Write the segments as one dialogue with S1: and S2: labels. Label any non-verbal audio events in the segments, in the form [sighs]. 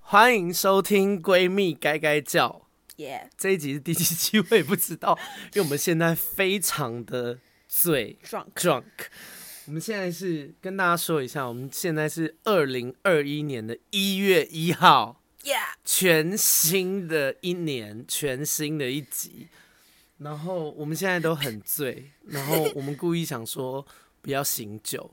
S1: 欢迎收听《闺蜜该该叫》
S2: 耶、
S1: 这一集是第几集我也不知道，因为我们现在非常的醉
S2: drunk，
S1: drunk。我们现在是跟大家说一下，我们现在是二零二一年的一月一号，
S2: yeah，
S1: 全新的一年，全新的一集。然后我们现在都很醉，然后我们故意想说不要醒酒，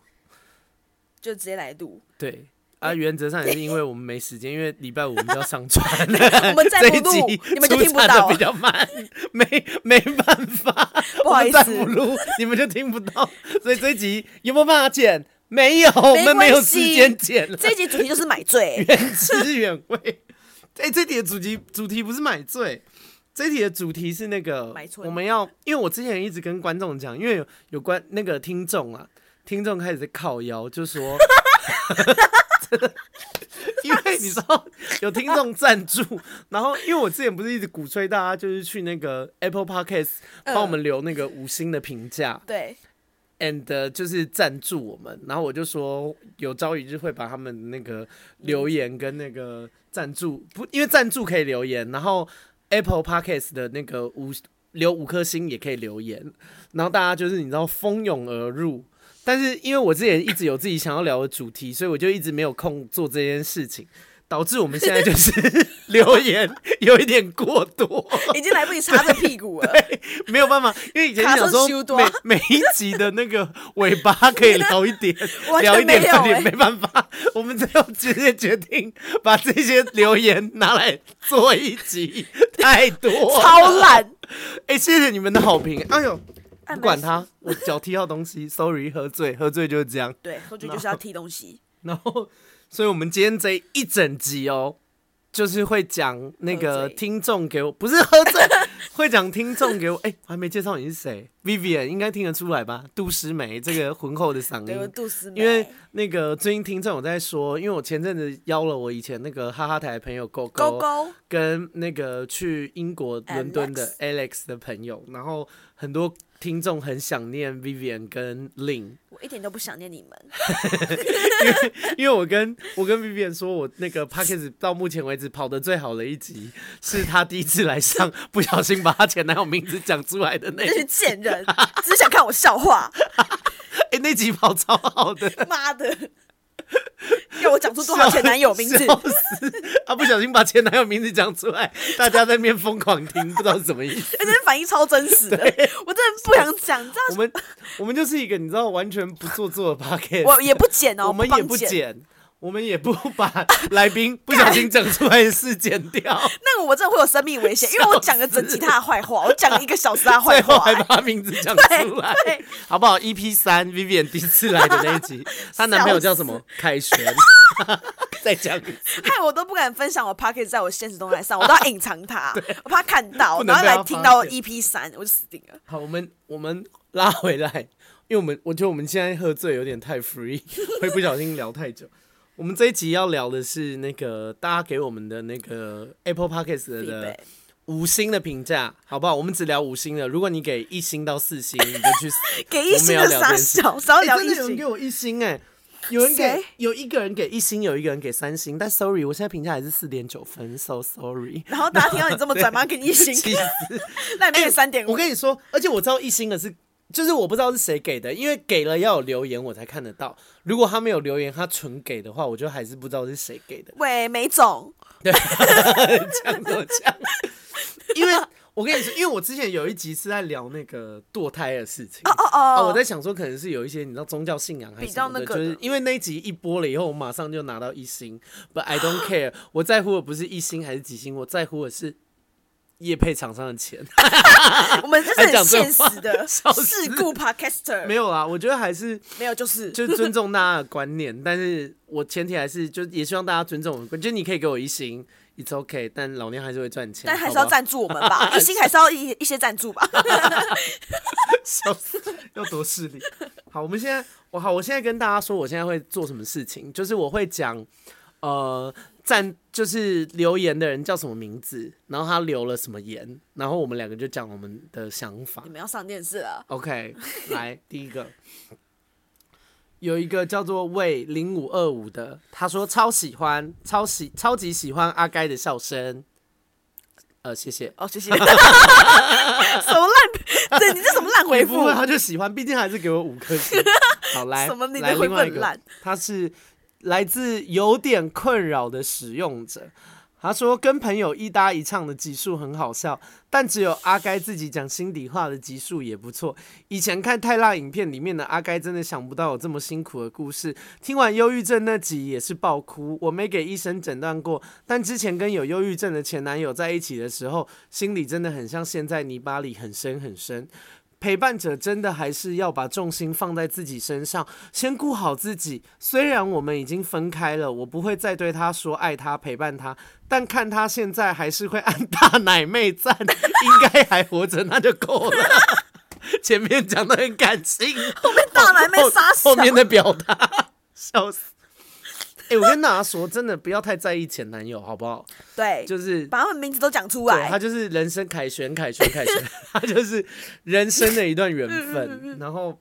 S2: 就直接来录。 [laughs]
S1: 对啊，原则上也是因为我们没时间，因为礼拜五我们就要上 [laughs] 传，
S2: [laughs] 我们再
S1: 这
S2: 不
S1: 一
S2: 录
S1: 集，
S2: 你们就
S1: 出
S2: 听不
S1: 产
S2: 到
S1: 的比
S2: 了。
S1: 较慢，没没办法，
S2: [laughs] 不好意
S1: 我们再
S2: 思
S1: 不录你们就听不到，所以这一集有没有办法剪？没有，我们没有
S2: 关
S1: 时
S2: 系
S1: 间剪了，，
S2: 这一集主题就是买醉
S1: [laughs] 原汁原味。 [laughs] 哎、这题的主题主题不是买醉，这题的主题是那个
S2: 买醉
S1: 我们要，因为我之前一直跟观众讲，因为有有关那个听众啊，听众开始在靠腰，就
S2: [laughs]
S1: 说，因为你知道有听众赞助，然后因为我之前不是一直鼓吹大家就是去那个 Apple Podcast
S2: 嗯
S1: 帮我们留那个五星的评价，
S2: 对，
S1: and 呃就是赞助我们，然后我就说有朝一日会把他们那个留言跟那个赞助不，因为赞助可以留言，然后 Apple Podcast 的那个五留五颗星也可以留言，然后大家就是你知道蜂拥而入。但是因为我之前一直有自己想要聊的主题，所以我就一直没有空做这件事情，导致我们现在就是 [laughs] 留言有一点过多。
S2: 已经来不及擦这屁
S1: [laughs]
S2: 股了。
S1: 没有办法，因为以前想说
S2: 卡上修多
S1: 每每一集的那个尾巴可以聊一
S2: [laughs]
S1: 点，
S2: 完
S1: 聊一
S2: 全没
S1: 点
S2: 有
S1: 半点，
S2: 欸
S1: 没办法，我们最后直接决定把这些留言拿来做一
S2: [laughs]
S1: 集，太多了
S2: 超。烂，
S1: 哎、谢谢你们的好评。哎呦，
S2: 按
S1: 不管
S2: 耐
S1: 他，我脚踢到东西，sorry，喝醉，喝醉就是这样。
S2: 对，喝醉就是要踢东西，
S1: 然后，所以我们今天这一整集哦，就是会讲那
S2: 喝
S1: 个
S2: 醉
S1: 听众给我，不是喝醉， [laughs] 会讲听众给我。哎、我还没介绍你是谁，Vivian 应该听得出来吧？杜诗梅这个浑厚的嗓
S2: 对，我
S1: 音。
S2: 杜思
S1: 嗯因为
S2: 美。
S1: 那个最近听众有在说，因为我前阵子邀了我以前那个哈哈台的朋友狗
S2: 勾
S1: 狗，
S2: 勾，
S1: 跟那个去英国伦敦的 Alex 的朋友，然后很多听众很想念 Vivian 跟 Lin，
S2: 我一点都不想念你
S1: [laughs]
S2: 们。
S1: 因为我跟我跟 Vivian 说，我那个 p a c k a g e 到目前为止跑得最好的一集，是她第一次来上，不小心把她前男友名字讲出来的那
S2: 这 [laughs]
S1: 一
S2: 些贱人，只想看我笑话，
S1: 哎、那集跑超好
S2: [laughs]
S1: 的，
S2: 妈的！要我讲出多少前男友名字？
S1: 笑死！她不小心把前男友名字讲出来，大家在那边疯狂听，不知道是什么意思。
S2: 哎，真是反应超真实的，我真的不想讲，你知
S1: 我们
S2: 道
S1: 我们就是一个你知道完全不做作的 p a c k a g e
S2: 我也不剪哦，
S1: 我们
S2: 帮
S1: 也不
S2: 剪，
S1: 剪，我们也不把来宾不小心讲出来的事剪掉，
S2: 那个我真的会有生命危险，因为我讲了整集他的坏话，我讲了一个小时他的
S1: 最
S2: 坏
S1: 后 [laughs]
S2: 话
S1: 还，把他名字讲出来
S2: [laughs] 对对，
S1: 好不好？EP 三 Vivian 第一次来的那一
S2: [laughs]
S1: 集，她男朋友叫什么？凯旋。 [laughs] 再讲一次，
S2: 害我都不敢分享我 p o c k e t 在我现实动态上，我都要隐藏
S1: [laughs]
S2: 它，我怕看到
S1: 不，能
S2: 然后
S1: 被他
S2: 来听到
S1: 发现
S2: EP 三，我就死定了。
S1: 好，我们我们拉回来，因为我们我觉得我们现在喝醉有点太 free，会不小心聊太久。我们这一集要聊的是那个大家给我们的那个 Apple Podcast
S2: 必
S1: 的
S2: 备
S1: 五星的评价，好不好？我们只聊五星的，如果你给一星到四星，你就去死。
S2: [laughs] 给一星的傻小，只要
S1: 哎
S2: 聊
S1: 真
S2: 一
S1: 的有人
S2: 星
S1: 给，我一星哎、有人给
S2: 谁
S1: 有一个人给一星，有一个人给三星，但 sorry，我现在评价还是四点九分，so sorry。
S2: 然后大家听到你
S1: [laughs]
S2: 这么拽，马上给你一星， [laughs]
S1: 气死
S2: 那你给三点五，
S1: 哎我跟你说，而且我知道一星的是，就是我不知道是谁给的，因为给了要有留言我才看得到。如果他没有留言，他纯给的话，我就还是不知道是谁给的。 [laughs] 啊
S2: 喂，梅总，
S1: 这样子讲，因为我跟你说，因为我之前有一集是在聊那个堕胎的事情。
S2: 哦哦
S1: 啊，我
S2: 哦，
S1: 在想说，可能是有一些你知道宗教信仰还是
S2: 比
S1: 什
S2: 较
S1: 么的，
S2: 那个
S1: 就
S2: 的
S1: 是因为那一集一播了以后，我马上就拿到一星。But I don't care，我在乎的不是一星还是几星，我在乎的是业配厂商的钱。
S2: 我们这是
S1: 还讲
S2: 很
S1: 这
S2: 现
S1: 种话
S2: 实的
S1: 笑死
S2: 事故 podcaster，
S1: 没有啦，我觉得还是
S2: 没有就是
S1: 就尊重大家的观念，但是我前提还是就也希望大家尊重我的观，就是你可以给我一星，it's okay，但老娘还是会赚钱，
S2: 但还是
S1: 好
S2: 要
S1: 不好
S2: 赞助我们吧，一星还是要一一些赞助吧。 [laughs]
S1: 笑死，要多势利。好，我们现在我好，我现在跟大家说，我现在会做什么事情，就是我会讲，呃，赞就是留言的人叫什么名字，然后他留了什么言，然后我们两个就讲我们的想法
S2: 你。们要上电视了，
S1: OK，来第一个，有一个叫做魏零五二五的，他说超喜欢，超喜超级喜欢阿该的笑声。呃，谢谢。
S2: 哦，谢谢。什 [laughs] 么烂？对，你这什么烂回
S1: 也
S2: 复？
S1: 不会，他就喜欢，毕竟还是给我五颗
S2: [laughs]
S1: 星。好，来，
S2: 什么你的
S1: 来
S2: 回
S1: 另外一
S2: 本
S1: 个
S2: 烂，
S1: 他是来自有点困扰的使用者。他说跟朋友一搭一唱的集数很好笑，但只有阿该自己讲心底话的集数也不错。以前看泰辣影片里面的阿该，真的想不到有这么辛苦的故事。听完忧郁症那集也是爆哭，我没给医生诊断过，但之前跟有忧郁症的前男友在一起的时候，心里真的很像陷在泥巴里，很深很深。陪伴者真的还是要把重心放在自己身上，先顾好自己。虽然我们已经分开了，我不会再对他说爱他、陪伴他，但看他现在还是会按大奶妹赞，应该还活着，那就够了。前面讲的很感性，
S2: [laughs] 大奶妹
S1: 后
S2: 傻
S1: 后
S2: 小，
S1: 面的表达，笑死。哎、我跟大家说，真的不要太在意前男友，好不好？
S2: 对，
S1: 就是
S2: 把他们名字都讲出
S1: 对，他
S2: 来。
S1: 就是人生凯旋，凯旋，凯旋， [laughs] 他就是人生的一段缘
S2: 嗯
S1: 分。然后，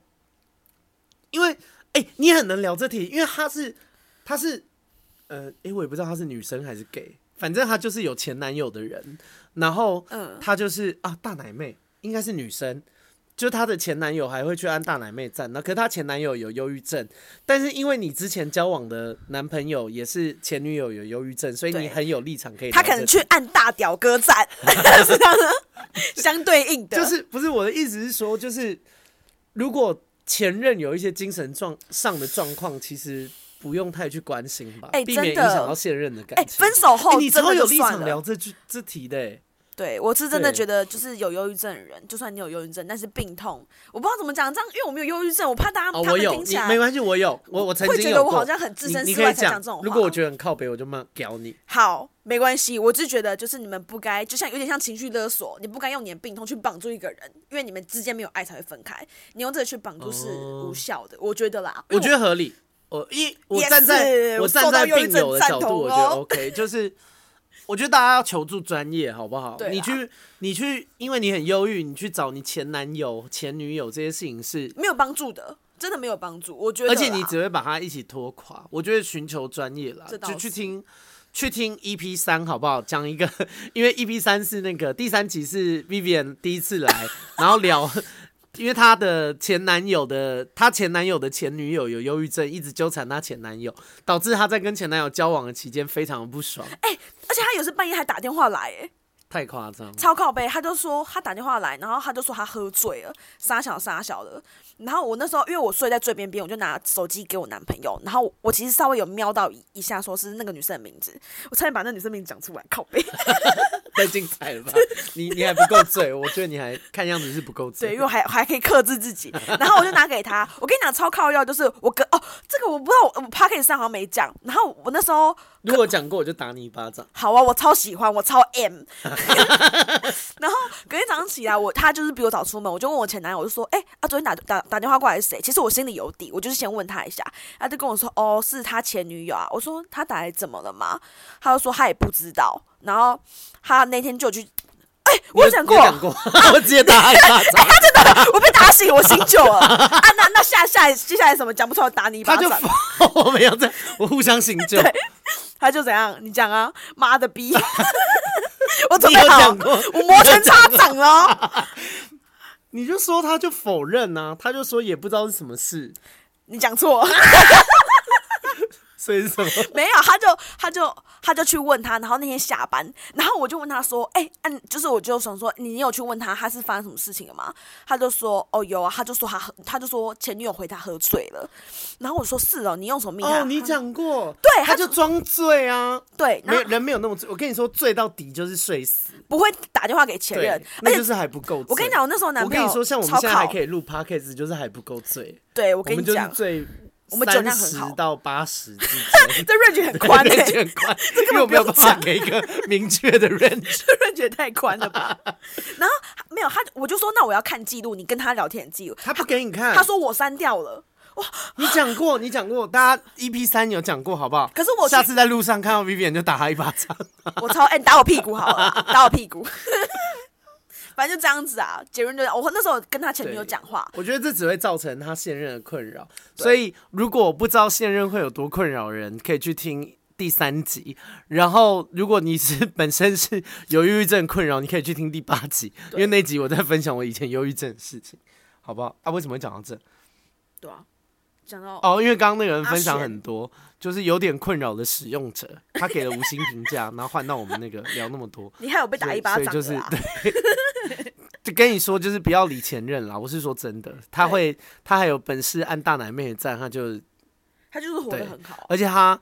S1: 因为哎、你也很能聊这题，因为他是他是呃，哎、我也不知道他是女生还是 gay，反正他就是有前男友的人。然后，
S2: 嗯
S1: 他就是啊，大奶妹应该是女生。就她的前男友还会去按大奶妹站，那可是她前男友有忧郁症，但是因为你之前交往的男朋友也是前女友有忧郁症，所以你
S2: 对
S1: 很有立场可以聊
S2: 他
S1: 这题。
S2: 可能去按大屌哥
S1: [laughs]
S2: 赞，是这样的，相对啊应的，
S1: 就是不是我的意思是说，就是如果前任有一些精神状上的状况，其实不用太去关心吧，
S2: 哎
S1: 避免影
S2: 真的
S1: 响到现任的感
S2: 哎、
S1: 情。
S2: 分手后
S1: 哎你
S2: 真
S1: 超
S2: 的
S1: 有
S2: 就
S1: 立
S2: 算
S1: 场
S2: 了。
S1: 聊这句这题的、哎
S2: 对，我是真的
S1: 对
S2: 觉得，就是有忧郁症的人，就算你有忧郁症，但是病痛，我不知道怎么讲，这样，因为我没有忧郁症，我怕大家、
S1: 哦，
S2: 他
S1: 我
S2: 们
S1: 有，
S2: 听
S1: 你
S2: 起来
S1: 没关系，我有，我我曾
S2: 会
S1: 经
S2: 觉
S1: 有
S2: 得我
S1: 过
S2: 好像很置
S1: 你
S2: 身
S1: 你
S2: 事
S1: 可以
S2: 外才讲这种话。
S1: 如果我觉得很靠北，我就骂屌你。
S2: 好，没关系，我只是觉得就是你们不该，就像有点像情绪勒索，你不该用你的病痛去绑住一个人，因为你们之间没有爱才会分开，你用这个去绑住是
S1: 哦
S2: 无效的，我觉得啦。
S1: 我觉得
S2: 得
S1: 合理。我一我
S2: 也
S1: 站在
S2: 是
S1: 我
S2: 我
S1: 站
S2: 受
S1: 在
S2: 到忧郁
S1: 病友
S2: 症
S1: 的
S2: 赞
S1: 角度，
S2: 同
S1: 我觉得
S2: 哦
S1: OK，就是我觉得大家要求助专业，好不好？
S2: 对
S1: 你
S2: 啦
S1: 去你去，因为你很忧郁，你去找你前男友、前女友这些事情是，
S2: 没有帮助的，真的没有帮助，我觉得啦。
S1: 而且你只会把它一起拖垮。我觉得寻求专业啦
S2: 这，倒
S1: 就去
S2: 是
S1: 听。去听 EP 三好不好？讲一个， [laughs] 因为 EP 三是那个第三集是 Vivian 第一次来，然后聊 [laughs] 因为她的前男友的，她前男友的前女友有忧郁症，一直纠缠她前男友，导致她在跟前男友交往的期间非常的不爽，
S2: 哎而且他有时半夜还打电话来、哎，
S1: 太夸张。
S2: 超靠背，他就说他打电话来，然后他就说他喝醉了，傻小傻小的。然后我那时候因为我睡在最边边，我就拿手机给我男朋友，然后我其实稍微有瞄到一一下，说是那个女生的名字，我差点把那女生名字讲出来，靠背。
S1: 太精彩
S2: [laughs]
S1: 了吧？你你还不够醉，我觉得你还看样子是不够
S2: 对，
S1: 醉
S2: 因为。我还还可以克制自己，然后我就拿给他。我跟你讲，超靠药就是我跟哦，这个我不知道，我我 p o c k e t 上好像没讲。然后我那时候
S1: 如果讲过，我就打你一巴掌。
S2: 好啊，我超喜欢，我超 M。然后隔天早上起来，我他就是比我早出门，我就问我前男友，我就说，哎、啊，昨天打打打电话过来是谁？其实我心里有底，我就是先问他一下，他就跟我说，哦，是他前女友啊。我说他打来怎么了吗？他就说他也不知道。然后他那天就去，哎、我有
S1: 你
S2: 讲
S1: 有
S2: 过，
S1: 你有
S2: [laughs]
S1: 讲过， [laughs] 我直接打他一巴掌，
S2: 我被打醒，我醒酒了啊！那那下下接下来什么讲不出来，我打你一巴
S1: 他就
S2: 掌。
S1: 疯我们要在， [laughs] 我互相醒酒。
S2: 他就怎样？你讲啊，妈的
S1: [laughs]
S2: 逼！我准
S1: 你
S2: 备
S1: 有
S2: 好
S1: 讲，过，
S2: 我摩拳擦掌了哦。
S1: [laughs] 你就说他就否认啊，他就说也不知道是什么事，
S2: 你讲错， [laughs]
S1: 所以是什么？
S2: 没有，他就他就他就去问他，然后那天下班，然后我就问他说，哎、嗯、就是我就想说，你有去问他他是发生什么事情了吗？他就说，哦有啊，他就说他喝，他就说前女友回他喝醉了，然后我说是哦，你用什么密他？
S1: 哦，你讲过，
S2: 对
S1: 他
S2: 他
S1: 就装醉啊，
S2: 对，
S1: 没
S2: 那
S1: 有人没有那么醉。我跟你说，醉到底就是睡死，
S2: 不会打电话给前
S1: 对
S2: 任，，而
S1: 那
S2: 且
S1: 就是还不够醉。
S2: 我跟你讲，我那时候男
S1: 我
S2: 朋
S1: 跟
S2: 友
S1: 你说，像我们
S2: 超
S1: 现在还
S2: 靠
S1: 可以录 podcast，就是还不够醉。
S2: 对我
S1: 我
S2: 跟
S1: 们
S2: 你
S1: 就是
S2: 讲，
S1: 醉，
S2: 我们酒量很好
S1: 到八十之间。
S2: 这 range 很 [laughs]
S1: [laughs]
S2: 宽
S1: 对
S2: 欸
S1: range 很
S2: [laughs]
S1: 宽，
S2: 根
S1: 因
S2: 本
S1: 为我没有办
S2: 不用
S1: 法
S2: 讲
S1: 给一个明确的
S2: [laughs]
S1: range。
S2: 这 range 也太宽
S1: [laughs]
S2: 了吧？然后没有他，我就说那我要看记录，你跟他聊天的记录。
S1: 他不给你看，
S2: 他说我删掉了，
S1: [laughs] 你讲过，你讲过，大家 EP 三有讲过，好不好？
S2: 可是我
S1: 下
S2: 去
S1: 次在路上看到 Vivian 就打他一巴掌。
S2: 我超哎、你打我屁股好了啦，打我屁股。 [laughs] 反正就这样子啊。结论就是，我那时候跟他前女友
S1: 对
S2: 讲话，
S1: [laughs] 我觉得这只会造成他现任的困扰。所以，如果不知道现任会有多困扰的人，可以去听第三集。然后，如果你是本身是有抑郁症困扰，你可以去听第八集，因为那集我在分享我以前忧郁症的事情，好不好？啊，为什么会讲到这？
S2: 对啊，讲到
S1: 哦，因为刚刚那个人分
S2: 阿
S1: 享
S2: 璇
S1: 很多，就是有点困扰的使用者，他给了五星评价，然后换到我们那个聊那么多，
S2: 你还有被打
S1: 所以
S2: 一巴
S1: 所以
S2: 掌
S1: 就
S2: 的啊
S1: 是
S2: 啦，
S1: 就跟你说，就是不要理前任啦。我是说真的，他
S2: 对
S1: 会，他还有本事按大奶妹的赞，他就，
S2: 他就是活得
S1: 对
S2: 很好，
S1: 而且他，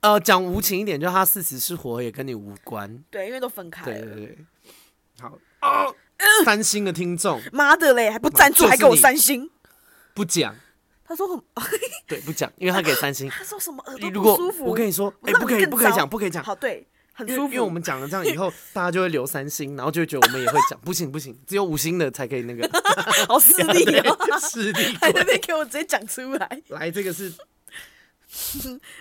S1: 呃，讲无情一点，就他是死是活也跟你无关。
S2: 对，因为都分开
S1: 对对
S2: 了。
S1: 对，好哦，三星的听众
S2: 妈的嘞，还不赞助，
S1: 就是
S2: 还给我
S1: 你
S2: 三星。
S1: 不讲，
S2: 他说很，
S1: 对，不讲，因为他给三星
S2: [laughs] 。他说什么耳朵
S1: 如果
S2: 不舒服？
S1: 我跟你说，哎、
S2: 让
S1: 不
S2: 你
S1: 可以，
S2: 更
S1: 不可以
S2: 糟
S1: 讲，不可以讲。
S2: 好，对，很
S1: 因为
S2: 舒服。
S1: 因为我们讲了这样
S2: [laughs]
S1: 以后，大家就会留三星，然后就会觉得我们也会讲，不行不行，只有五星的才可以那
S2: [laughs]
S1: 个
S2: 好势利哦，
S1: 势 [laughs] 力
S2: 还在
S1: 鬼。
S2: 那边给我直接讲出来。
S1: 来，这个是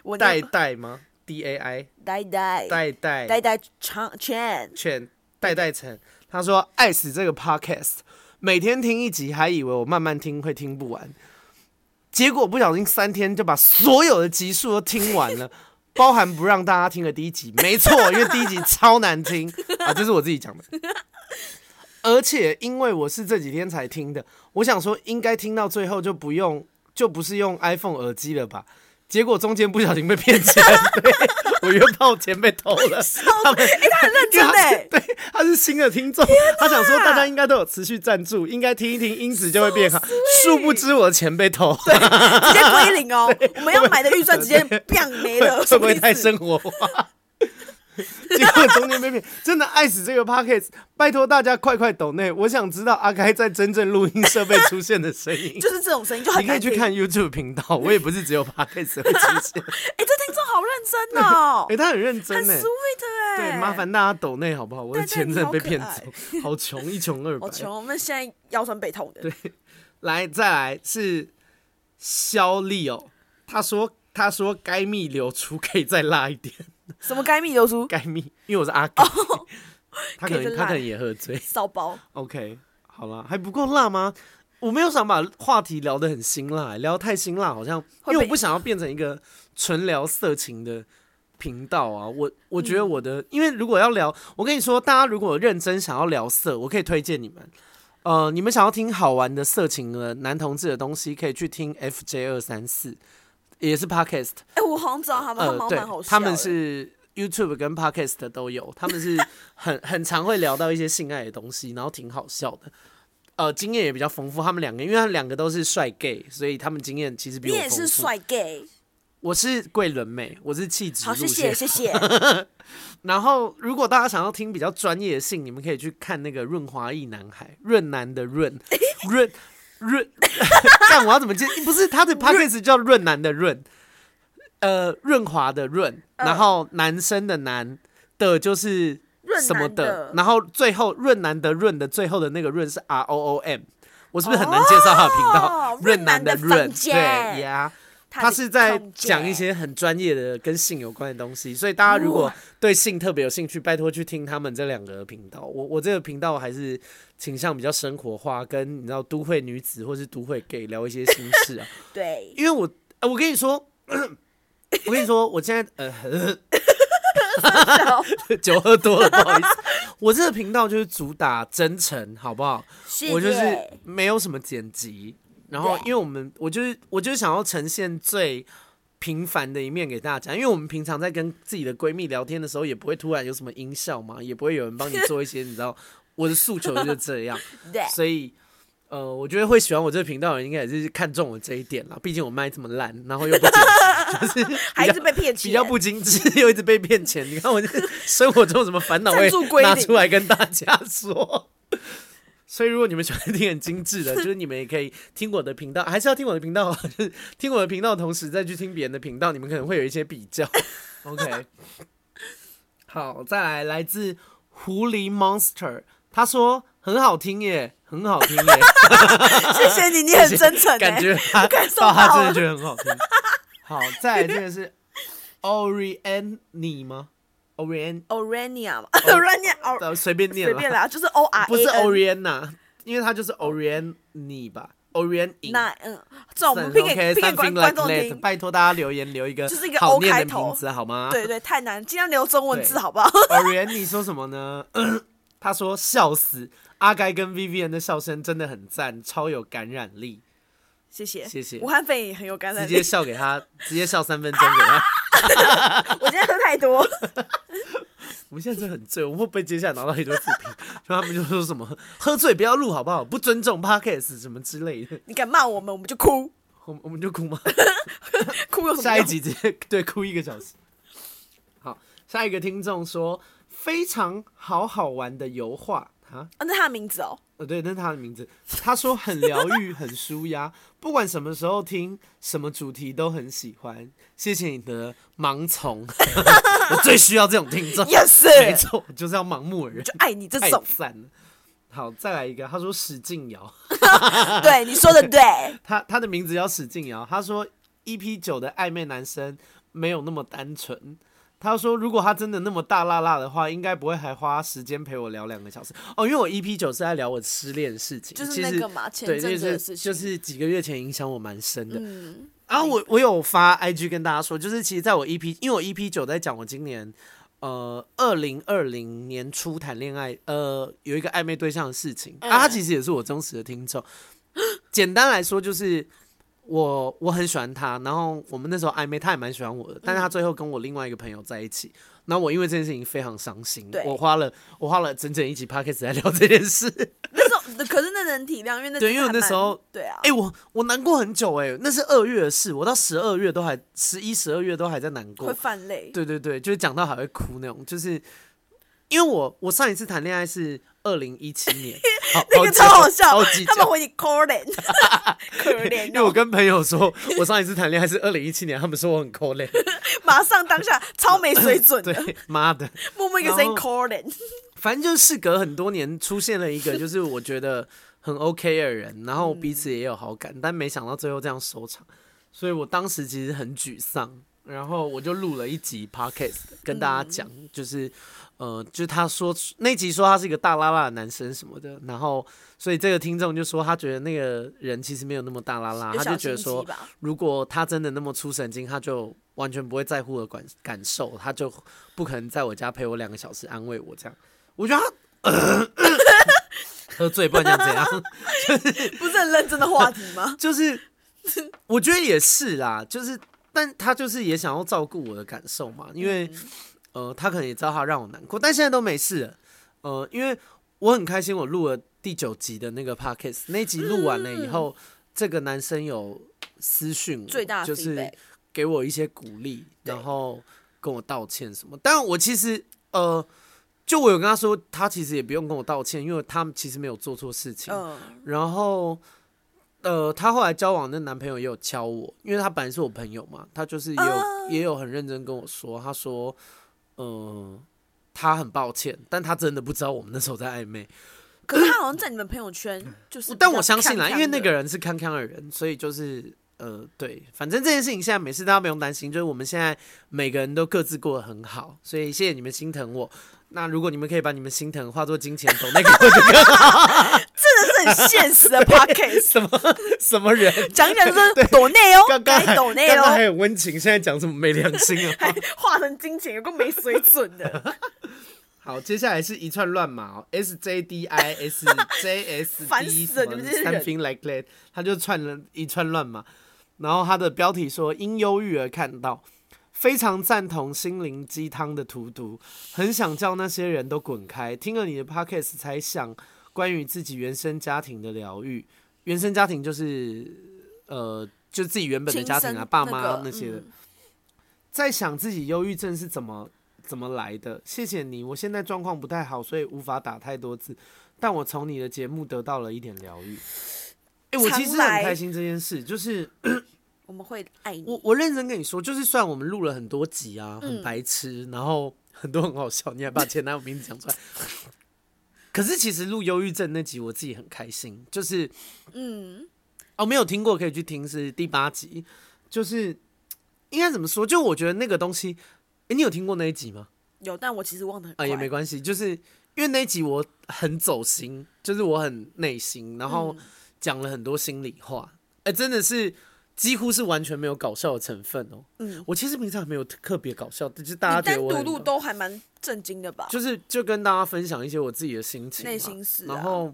S2: 我
S1: 代
S2: 呆
S1: 代吗？D A I
S2: 呆呆
S1: 代代
S2: 呆呆长圈，
S1: 劝代代成，他说爱死这个 podcast，每天听一集，还以为我慢慢听会听不完，结果不小心三天就把所有的集数都听完了。 [laughs] 包含不让大家听的第一集，没错，因为第一集超难听啊，这是我自己讲的。而且因为我是这几天才听的，我想说应该听到最后就不用，就不是用 iPhone 耳机了吧？结果中间不小心被骗钱，对我约炮钱被偷了。他们
S2: 哎，他很认 [laughs] 真哎，
S1: 对，他是新的听众，他想说大家应该都有持续赞助，应该听一听，音质就会变好。殊不知我的钱被偷， [laughs]
S2: 直接归零哦。我们要买的预算直接 biang 没了，
S1: 会
S2: 什
S1: 不
S2: 么
S1: 会
S2: 意
S1: 太
S2: 思
S1: 生活化？ [laughs] 结果中间被骗，真的爱死这个 podcast，拜托大家快快抖内，我想知道阿开在真正录音设备出现的声
S2: [laughs]
S1: 音。
S2: 就是这种声音就很
S1: 你可
S2: 难
S1: 以去
S2: 听
S1: 看 YouTube 频道，我也不是只有 podcast 会出
S2: [laughs]
S1: 现。
S2: 哎，这听众好认真哦
S1: 哎、，他很认真
S2: 很
S1: 呢、
S2: sweet 哎。
S1: 对，麻烦大家抖内好不好？我的
S2: 对对
S1: 钱
S2: 你
S1: 真的
S2: 好
S1: 被
S2: 可
S1: 骗
S2: 爱
S1: 走，好穷，一穷二白。
S2: 好穷，我们现在腰酸背痛的。
S1: 来，再来是肖丽哦，他说他说该蜜流出可以再辣一点， [laughs]
S2: 什么该蜜流出
S1: 该蜜，因为我是阿 K，、他 [laughs] 可
S2: 哦可
S1: 能
S2: 以再
S1: 他
S2: 辣
S1: 可能也喝醉。
S2: 骚包，
S1: OK，好了，还不够辣吗？我没有想把话题聊得很辛辣，聊得太辛辣好像，因
S2: 会
S1: 为我
S2: 被
S1: 不想要变成一个纯聊色情的频道啊。我我觉得我的，因为如果要聊，我跟你说，大家如果认真想要聊色，我可以推荐你们。呃，你们想要听好玩的色情的男同志的东西，可以去听 FJ 二三四，也是 Podcast。
S2: 哎，我好像知道他们，他
S1: 呃
S2: 们，好像
S1: 对
S2: 蛮好，笑的。
S1: 他们是 YouTube 跟 Podcast 都有，他们
S2: [laughs]
S1: 是很很常会聊到一些性爱的东西，然后挺好笑的。呃，经验也比较丰富。他们两个，因为他们两个都是帅 gay，所以他们经验其实比
S2: 你
S1: 我
S2: 也
S1: 丰富。
S2: 是，帅 gay，
S1: 我是桂纶镁，我是气质
S2: 好，
S1: 路
S2: 谢
S1: 线。
S2: 谢
S1: [laughs]
S2: 谢谢。
S1: 然后，如果大家想要听比较专业的性，你们可以去看那个《润滑一男孩》，润男的
S2: [laughs]
S1: 润，润润，但我要怎么接？不是他的 podcast 叫润男的润，呃，润滑的润，
S2: 嗯
S1: 然后男生的男的就是
S2: 润
S1: 什么
S2: 男的
S1: 然后最后润男的润的最后的那个润是 R O O M，我是不是很难介绍他的频道
S2: 哦？
S1: 润男的
S2: 润男
S1: 润，
S2: 的房
S1: 对
S2: 间
S1: 呀。他
S2: 的
S1: 是在
S2: 空姐
S1: 讲一些很专业的跟性有关的东西，所以大家如果对性特别有兴趣，拜托去听他们这两个频道。我我这个频道还是倾向比较生活化，跟你知道都会女子或是都会 gay 聊一些心事啊。
S2: 对，
S1: 因为我、呃我跟你说， [coughs] 我跟你说，我现在呃 [laughs] 酒喝多了，不好意思，我这个频道就是主打真诚，好不好？
S2: 谢谢
S1: 我就是没有什么剪辑，然后因为我们我就是我就是想要呈现最平凡的一面给大家，因为我们平常在跟自己的闺蜜聊天的时候，也不会突然有什么音效嘛，也不会有人帮你做一些，你知道， [laughs] 我的诉求就是这样，
S2: [laughs] 对，
S1: 所以。呃，我觉得会喜欢我这个频道的人，应该也是看中我这一点啦。毕竟我卖这么烂，然后又不剪辑， [laughs] 就是
S2: 还
S1: 比较
S2: 是被骗钱，
S1: 比较不精致，又一直被骗钱。你看我这个生活中有什么烦恼，我
S2: 赞
S1: 也
S2: 助归零
S1: 拿出来跟大家说。所以，如果你们喜欢听很精致 [laughs] 的，就是你们也可以听我的频道，还是要听我的频道哦，就是听我的频道，同时再去听别人的频道，你们可能会有一些比 [laughs] 较。OK，好，再来来自狐狸 Monster，他说很好听耶，很好听耶。
S2: 谢谢你，
S1: [laughs]
S2: 你很真诚欸，
S1: 感觉他
S2: 感受
S1: 到他
S2: 到
S1: 真
S2: 了
S1: 的 [laughs] 觉得很好听。好，再来这个是 Orient 你吗 Orient，
S2: Orania 嘛，Orania，哦
S1: 呃，随便念
S2: 随
S1: 啦，
S2: 便啦，就是 O
S1: [laughs]
S2: R，
S1: 哦不是 Oriana，因为它就是 Orient 你吧，Orient 你。
S2: 那嗯，这种我们拼给
S1: OK，
S2: 拼给观
S1: something
S2: 观
S1: like
S2: 众听
S1: that，，拜托大家留言留一个
S2: 就是一个 O
S1: 好念
S2: 开
S1: 的
S2: 头
S1: 名字好吗？
S2: 对对，太难，尽量留中文字
S1: 对
S2: 好不好？
S1: Orion，你说什么呢？ [clears throat] 他说笑死，阿该跟 Vivian 的笑声真的很赞，超有感染力，
S2: 谢谢
S1: 谢谢
S2: 武汉肺炎也很有感染
S1: 直
S2: 力
S1: 接，笑给他，直接笑三分钟给他。
S2: 我今天喝太多，
S1: 我们现在真的很醉，我们会不会接下来拿到一堆负评？ [laughs] 就他们就说什么喝醉不要录好不好？不尊重 Podcast 什么之类的，
S2: 你敢骂我们，我们就哭，
S1: 我我们就哭吗？
S2: 哭有什么
S1: 下一
S2: 用？
S1: 集直接对哭一个小时。好，下一个听众说非常好好玩的油画啊，
S2: 啊，那他的名字哦，
S1: 呃，对，那是他的名字。他说很疗愈，很舒压， [laughs] 不管什么时候听，什么主题都很喜欢。谢谢你的盲从， [laughs] 我最需要这种听众。
S2: 也是，
S1: 哦没错，我就是要盲目的人，
S2: 就爱你这
S1: 太
S2: 种，
S1: 赞了。好，再来一个。他说史劲尧，
S2: 对你说的
S1: [laughs]
S2: 对，
S1: 他他的名字叫史劲尧。他说 EP 九的暧昧男生没有那么单纯。他说如果他真的那么大辣辣的话，应该不会还花时间陪我聊两个小时哦。因为我 EP 九是在聊我失恋的事情，
S2: 就是
S1: 其
S2: 那
S1: 实
S2: 个嘛，前
S1: 对，
S2: 阵
S1: 就
S2: 子的
S1: 是
S2: 事情，
S1: 就是几个月前影响我蛮深的。
S2: 嗯，
S1: 然后我我有发 IG 跟大家说，就是其实在我 EP，因为我 EP 九在讲我今年呃二零二零年初谈恋爱，呃有一个暧昧对象的事情
S2: 嗯
S1: 啊，他其实也是我忠实的听众。简单来说就是。我我很喜欢他，然后我们那时候暧昧，他也蛮喜欢我的，但是
S2: 嗯
S1: 他最后跟我另外一个朋友在一起，然后我因为这件事情非常伤心
S2: 对，
S1: 我花了我花了整整一集 p o d c a s t 在聊这件事，
S2: [laughs] 那时候可是那能体谅，因为那
S1: 对因为
S2: 还
S1: 那时候
S2: 蛮对啊
S1: 哎、，我我难过很久哎、那是二月的事，我到十二月都还十一、十二月都还在难
S2: 会
S1: 过。
S2: 犯累，
S1: 对对对，就是讲到还会哭那种，就是因为我我上一次谈恋爱是二零一七
S2: [laughs]
S1: 年，好
S2: 那个超好笑
S1: 好几，
S2: 他们回你可
S1: [laughs]
S2: 怜，可怜哦，
S1: 因为我跟朋友说， [laughs] 我上一次谈恋爱是二零一七年，他们说我很抠脸，
S2: 马上当下
S1: [laughs]
S2: 超没水准的，
S1: 对，妈的，
S2: 默默一个声音
S1: 然
S2: call 人，
S1: 反正就是事隔很多年，出现了一个就是我觉得很 OK 的人，然后彼此也有好
S2: 嗯
S1: 感，但没想到最后这样收场，所以我当时其实很沮丧。然后我就录了一集
S2: 嗯
S1: podcast 跟大家讲，就是呃，就是他说那集说他是一个大拉拉的男生什么的，然后所以这个听众就说他觉得那个人其实没有那么大拉拉，
S2: 有
S1: 啊他
S2: 小
S1: 就觉
S2: 心
S1: 得说
S2: 机吧，
S1: 如果他真的那么出神经，他就完全不会在乎我的感感受，他就不可能在我家陪我两个小时安慰我这样。我觉得他、 [laughs] 呃喝醉不然想怎样？？
S2: 不是很认真的话题吗
S1: 就是我觉得也是啦，就是但他就是也想要照顾我的感受嘛， [laughs] 因为、
S2: 嗯
S1: 呃，他可能也知道他让我难过，但现在都没事了。呃，因为我很开心，我录了第九集的那个 podcast，那集录完了以后，这个男生有私讯我，
S2: 最大的
S1: 就
S2: feedback
S1: 是给我一些鼓励，
S2: 对
S1: 然后跟我道歉什么。但我其实呃，就我有跟他说，他其实也不用跟我道歉，因为他其实没有做错事情。
S2: 嗯，
S1: 然后，呃，她后来交往的男朋友也有敲我，因为她本来是我朋友嘛，她就是也有、
S2: 啊
S1: 也有很认真跟我说，她说，嗯、呃，她很抱歉，但她真的不知道我们那时候在暧昧，
S2: 可是他好像在你们朋友圈就
S1: [laughs]
S2: 是比较看看的，
S1: 但我相信啦，因为那个人是康康的人，所以就是。呃，对，反正这件事情现在没事，大家不用担心。就是我们现在每个人都各自过得很好，所以谢谢你们心疼我。那如果你们可以把你们心疼化作金钱，走那个
S2: 真的是很现实的
S1: [laughs]
S2: podcast，
S1: 什么什么人，
S2: 讲讲就是抖内哦，
S1: 刚刚
S2: 该
S1: 还
S2: 抖内
S1: 刚刚还
S2: [laughs] 哦，
S1: 有温情，现在讲什么没良心啊？
S2: [laughs] 还画成金钱，有个没水准的，
S1: 好，接下来是一串乱码哦，S J D I S J S
S2: [laughs] 烦
S1: D
S2: 死了
S1: 什么
S2: 你们这些人
S1: something like that，他就串了一串乱码，然后他的标题说因忧郁而看到，非常赞同心灵鸡汤的荼毒，很想叫那些人都滚开。听了你的 podcast 才想关于自己原生家庭的疗愈，原生家庭就是呃，就自己原 [laughs] 本的
S2: 亲
S1: 家庭
S2: 生
S1: 啊，爸妈、
S2: 个
S1: 那些的。
S2: 嗯
S1: 在想自己忧郁症是怎么怎么来的。谢谢你，我现在状况不太好，所以无法打太多字，但我从你的节目得到了一点疗愈。哎、我其实很
S2: 常来
S1: 开心这件事，就是
S2: 我们会爱你
S1: 我，我认真跟你说，就是虽然我们录了很多集啊，很白痴，然后很多很好笑，你还把前男友名字讲出来。 [laughs] 可是其实录忧郁症那集，我自己很开心，就是
S2: 嗯，
S1: 哦，没有听过可以去听，是第八集，就是应该怎么说？就我觉得那个东西，哎、你有听过那一集吗？
S2: 有，但我其实忘得很
S1: 啊，
S2: 快。
S1: 也没关系，就是因为那一集我很走心，就是我很内心，然后
S2: 嗯
S1: 讲了很多心里话，哎、真的是几乎是完全没有搞笑的成分哦。
S2: 嗯，
S1: 我其实平常也没有特别搞笑，就是大
S2: 你
S1: 家觉
S2: 单
S1: 得我
S2: 独
S1: 很
S2: 录都还蛮震惊的吧？
S1: 就是就跟大家分享一些我自己的心情嘛、
S2: 内心事啊
S1: 然后、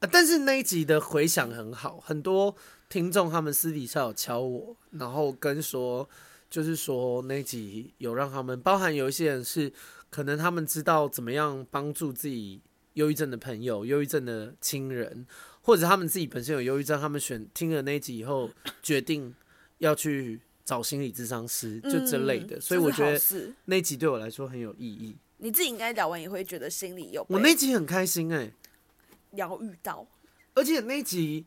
S1: 呃但是那一集的回响很好，很多听众他们私底下有敲我，然后跟说，就是说那一集有让他们，包含有一些人是可能他们知道怎么样帮助自己忧郁症的朋友、忧郁症的亲人，或者他们自己本身有忧郁症，他们选听了那一集以后，决定要去找心理咨商师，就之类的。
S2: 嗯
S1: 所以
S2: 这
S1: 我
S2: 是
S1: 觉
S2: 好
S1: 得
S2: 事
S1: 那一集对我来说很有意义。
S2: 你自己应该聊完也会觉得心里有
S1: 我
S2: 被
S1: 那集很开心哎、
S2: 疗愈到。
S1: 而且那集，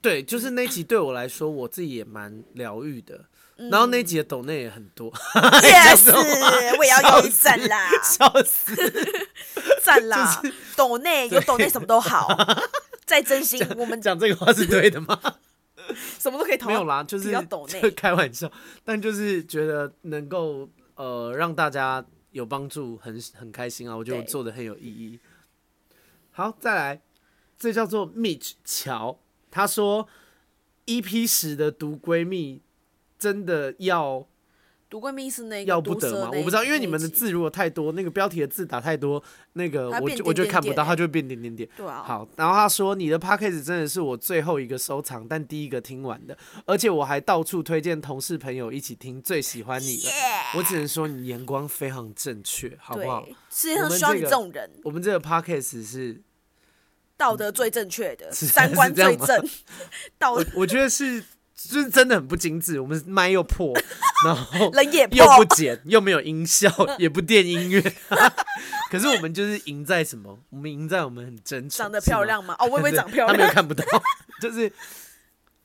S1: 对，就是那集对我来说，我自己也蛮疗愈的。
S2: 嗯
S1: 然后那集的抖内也很多， [laughs]
S2: [laughs] 也
S1: 这
S2: 是，
S1: 种
S2: 哎
S1: 啊
S2: 我也要有一赞啦，
S1: [laughs] 笑死！
S2: [laughs] 赞啦，抖内有抖内什么都好，再真心我们
S1: 讲这个话是对的
S2: [laughs]
S1: 吗？
S2: 什么都可以投。
S1: 没有啦，就是
S2: 比较抖内
S1: [laughs] 就开玩笑，但就是觉得能够呃让大家有帮助，很很开心啊！我觉得我
S2: 对
S1: 做的很有意义。好，再来，这叫做 Mitch 乔，他说 EP 十的毒闺蜜真的要
S2: 毒闺蜜是那个
S1: 要不
S2: 毒
S1: 得
S2: 蛇
S1: 吗？
S2: 那
S1: 我不知道，因为你们的
S2: 那一集
S1: 字如果太多，那个标题的字打太多，那个
S2: 它
S1: 我
S2: 变
S1: 就
S2: 点
S1: 我就
S2: 点
S1: 看不到，
S2: 点欸
S1: 它就会变点点点。
S2: [laughs] 对啊，
S1: 好，然后他说你的 p a c k a g e 真的是我最后一个收藏，但第一个听完的，而且我还到处推荐同事朋友一起听，最喜欢你了。我只能说你眼光非常正确，好不好
S2: 对？，世界上
S1: 我们
S2: 需要你
S1: 这个
S2: 这种人，
S1: 我们这个 p a c k a g e 是，
S2: 道德最正确的，
S1: 嗯是
S2: 三观
S1: 是这样
S2: 最
S1: 吗
S2: 正，
S1: [laughs]
S2: 道
S1: 我我觉得是，就是真的很不精致。我们麦又破，
S2: [laughs]
S1: 然后
S2: 人也
S1: 又
S2: 破
S1: 不，剪，又没有音效，
S2: 嗯
S1: 也不垫音乐。可是我们就是赢在什么？我们赢在我们很真诚，
S2: 长得
S1: 是吗
S2: 漂亮吗？哦，我以为长漂
S1: 他们又
S2: 亮，
S1: 看不到，就是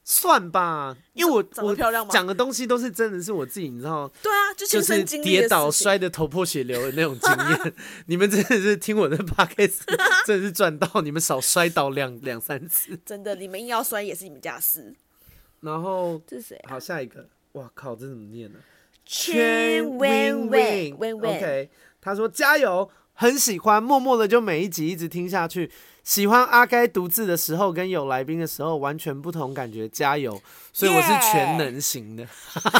S1: 算吧，因为我
S2: 长得
S1: 我
S2: 漂亮吗
S1: 讲的东西都是真的是我自己，你知道，
S2: 对啊，就
S1: 就
S2: 亲
S1: 是
S2: 身经历
S1: 跌
S2: 的
S1: 倒
S2: 事情。
S1: 摔得头破血流的那种经验。 [laughs] 你们真的是听我的
S2: [laughs]
S1: podcast，真的是赚到，你们少摔倒两两三次。
S2: 真的，你们硬要摔也是你们家的事。
S1: 然后
S2: 这是谁啊？
S1: 好，下一个，哇靠，这怎么念呢、
S2: 圈 win win win win
S1: OK，他说加油，很喜欢，默默的就每一集一直听下去。喜欢阿该独自的时候跟有来宾的时候完全不同感觉，加油！所以我是
S2: Yeah
S1: 全能型的，
S2: 大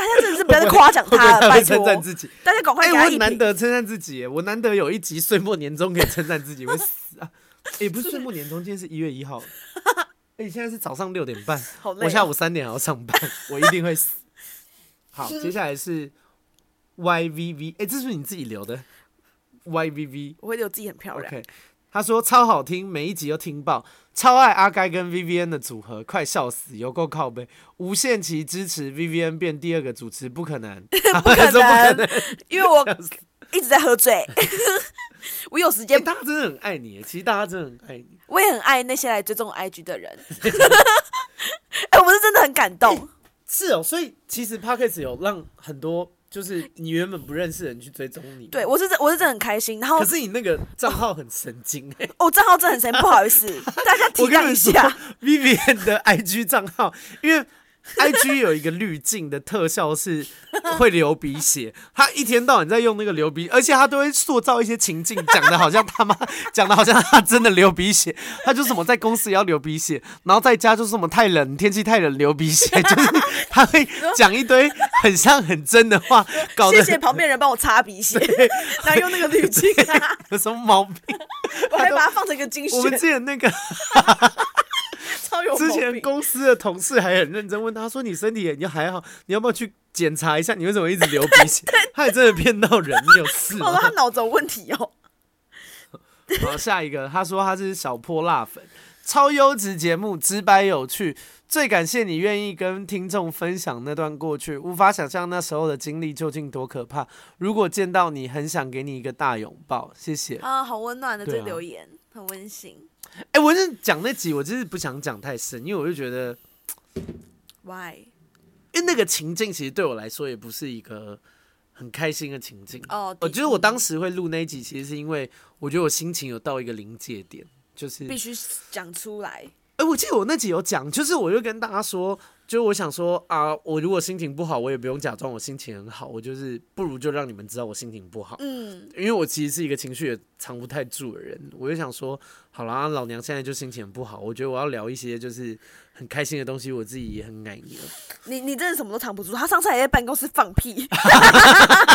S2: 家真的是不要
S1: [laughs]
S2: 再夸奖他了，
S1: 会
S2: 拜
S1: 称
S2: 托
S1: 赞，自己。
S2: 大家赶快
S1: 哎、
S2: 给
S1: 我
S2: 他
S1: 很
S2: 一
S1: 难
S2: 评。
S1: 得称赞自己耶，我难得有一集岁末年终可以称赞自己，我死
S2: [laughs]
S1: 啊！也、不是岁末年终，今天是一月一号，哎、现在是早上六点半，
S2: [laughs] 好累哦
S1: 我下午三点还要上班，我一定会
S2: [laughs]
S1: 死。好，接下来是 Y V V，哎、这是你自己留的 Y V V，
S2: 我会觉得我自己很漂亮。
S1: OK，他说超好听，每一集都听爆，超爱阿该跟 VVN 的组合，快笑死，有够靠背，无限期支持 VVN 变第二个主持，不可能，
S2: [laughs]
S1: 不
S2: 不
S1: [laughs]
S2: 可
S1: 不可能
S2: 能，因为我一直在喝醉。
S1: [laughs]
S2: 我有时
S1: 哎、
S2: 间，
S1: 大家真的很爱你耶，其实大家真的很爱你。
S2: 我也很爱那些来追踪我 IG 的人。 [laughs] 哎、我是真的很
S1: [laughs]
S2: 感动。
S1: 是哦，所以其实 Pockets 有让很多就是你原本不认识的人去追踪你，
S2: 对，我是真，我是真的很开心。然后
S1: 可是你那个账号很神经哎、
S2: 哦，账号真的
S1: [laughs]
S2: 很神，不好意思，大家体
S1: 我跟
S2: 谅
S1: 你
S2: 一
S1: 说
S2: 下。
S1: [laughs] ，Vivian 的 IG 账号，因为 IG 有一个滤镜的特效
S2: [laughs]
S1: 是会流鼻血，他一天到晚在用那个流鼻，而且他都会塑造一些情境，讲的好像他妈， [laughs] 讲的好像他真的流鼻血，他就什么在公司也要流鼻血，然后在家就是什么太冷，天气太冷流鼻血，
S2: [laughs]
S1: 就是他会讲一堆很像很真的话，搞
S2: 谢
S1: 得
S2: 谢旁边人帮我擦
S1: [laughs]
S2: 鼻血， [laughs] 然后用那个滤镜、啊，
S1: 有什么毛病？
S2: 我还把它放成一个精
S1: 我们之
S2: 选，
S1: 前那个。
S2: 超有
S1: 之
S2: 毛
S1: 前
S2: 病
S1: 公司的同事还很认真问他说：“你身体也你还好？你要不要去检查一下？你为什么一直流鼻 [laughs] 血？”他也真的骗到人，你有事
S2: 我说哦他
S1: 吗？
S2: 脑子有问题哦。
S1: [laughs] 好，下一个，他说他是小泼辣粉，超优质节目，直白有趣，最感谢你愿意跟听众分享那段过去，无法想象那时候的经历究竟多可怕。如果见到你，很想给你一个大拥抱，谢谢。
S2: 啊，好温暖的
S1: 对
S2: 这
S1: 啊
S2: 留言，很温馨。
S1: 哎、我是讲那集，我就是不想讲太深，因为我就觉得。
S2: Why？
S1: 因为那个情境其实对我来说也不是一个很开心的情境。
S2: 哦
S1: 我
S2: 的
S1: 觉得我当时会录那一集，其实是因为我觉得我心情有到一个临界点，就是
S2: 必须讲出来。
S1: 哎、我记得我那集有讲，就是我就跟大家说，就我想说啊，我如果心情不好，我也不用假装我心情很好，我就是不如就让你们知道我心情不好，
S2: 嗯，
S1: 因为我其实是一个情绪也藏不太住的人，我就想说，好啦，老娘现在就心情很不好，我觉得我要聊一些就是很开心的东西，我自己也很爱你了。
S2: 你你真的什么都藏不住。他上次还在办公室放
S1: [laughs]
S2: 屁， [laughs]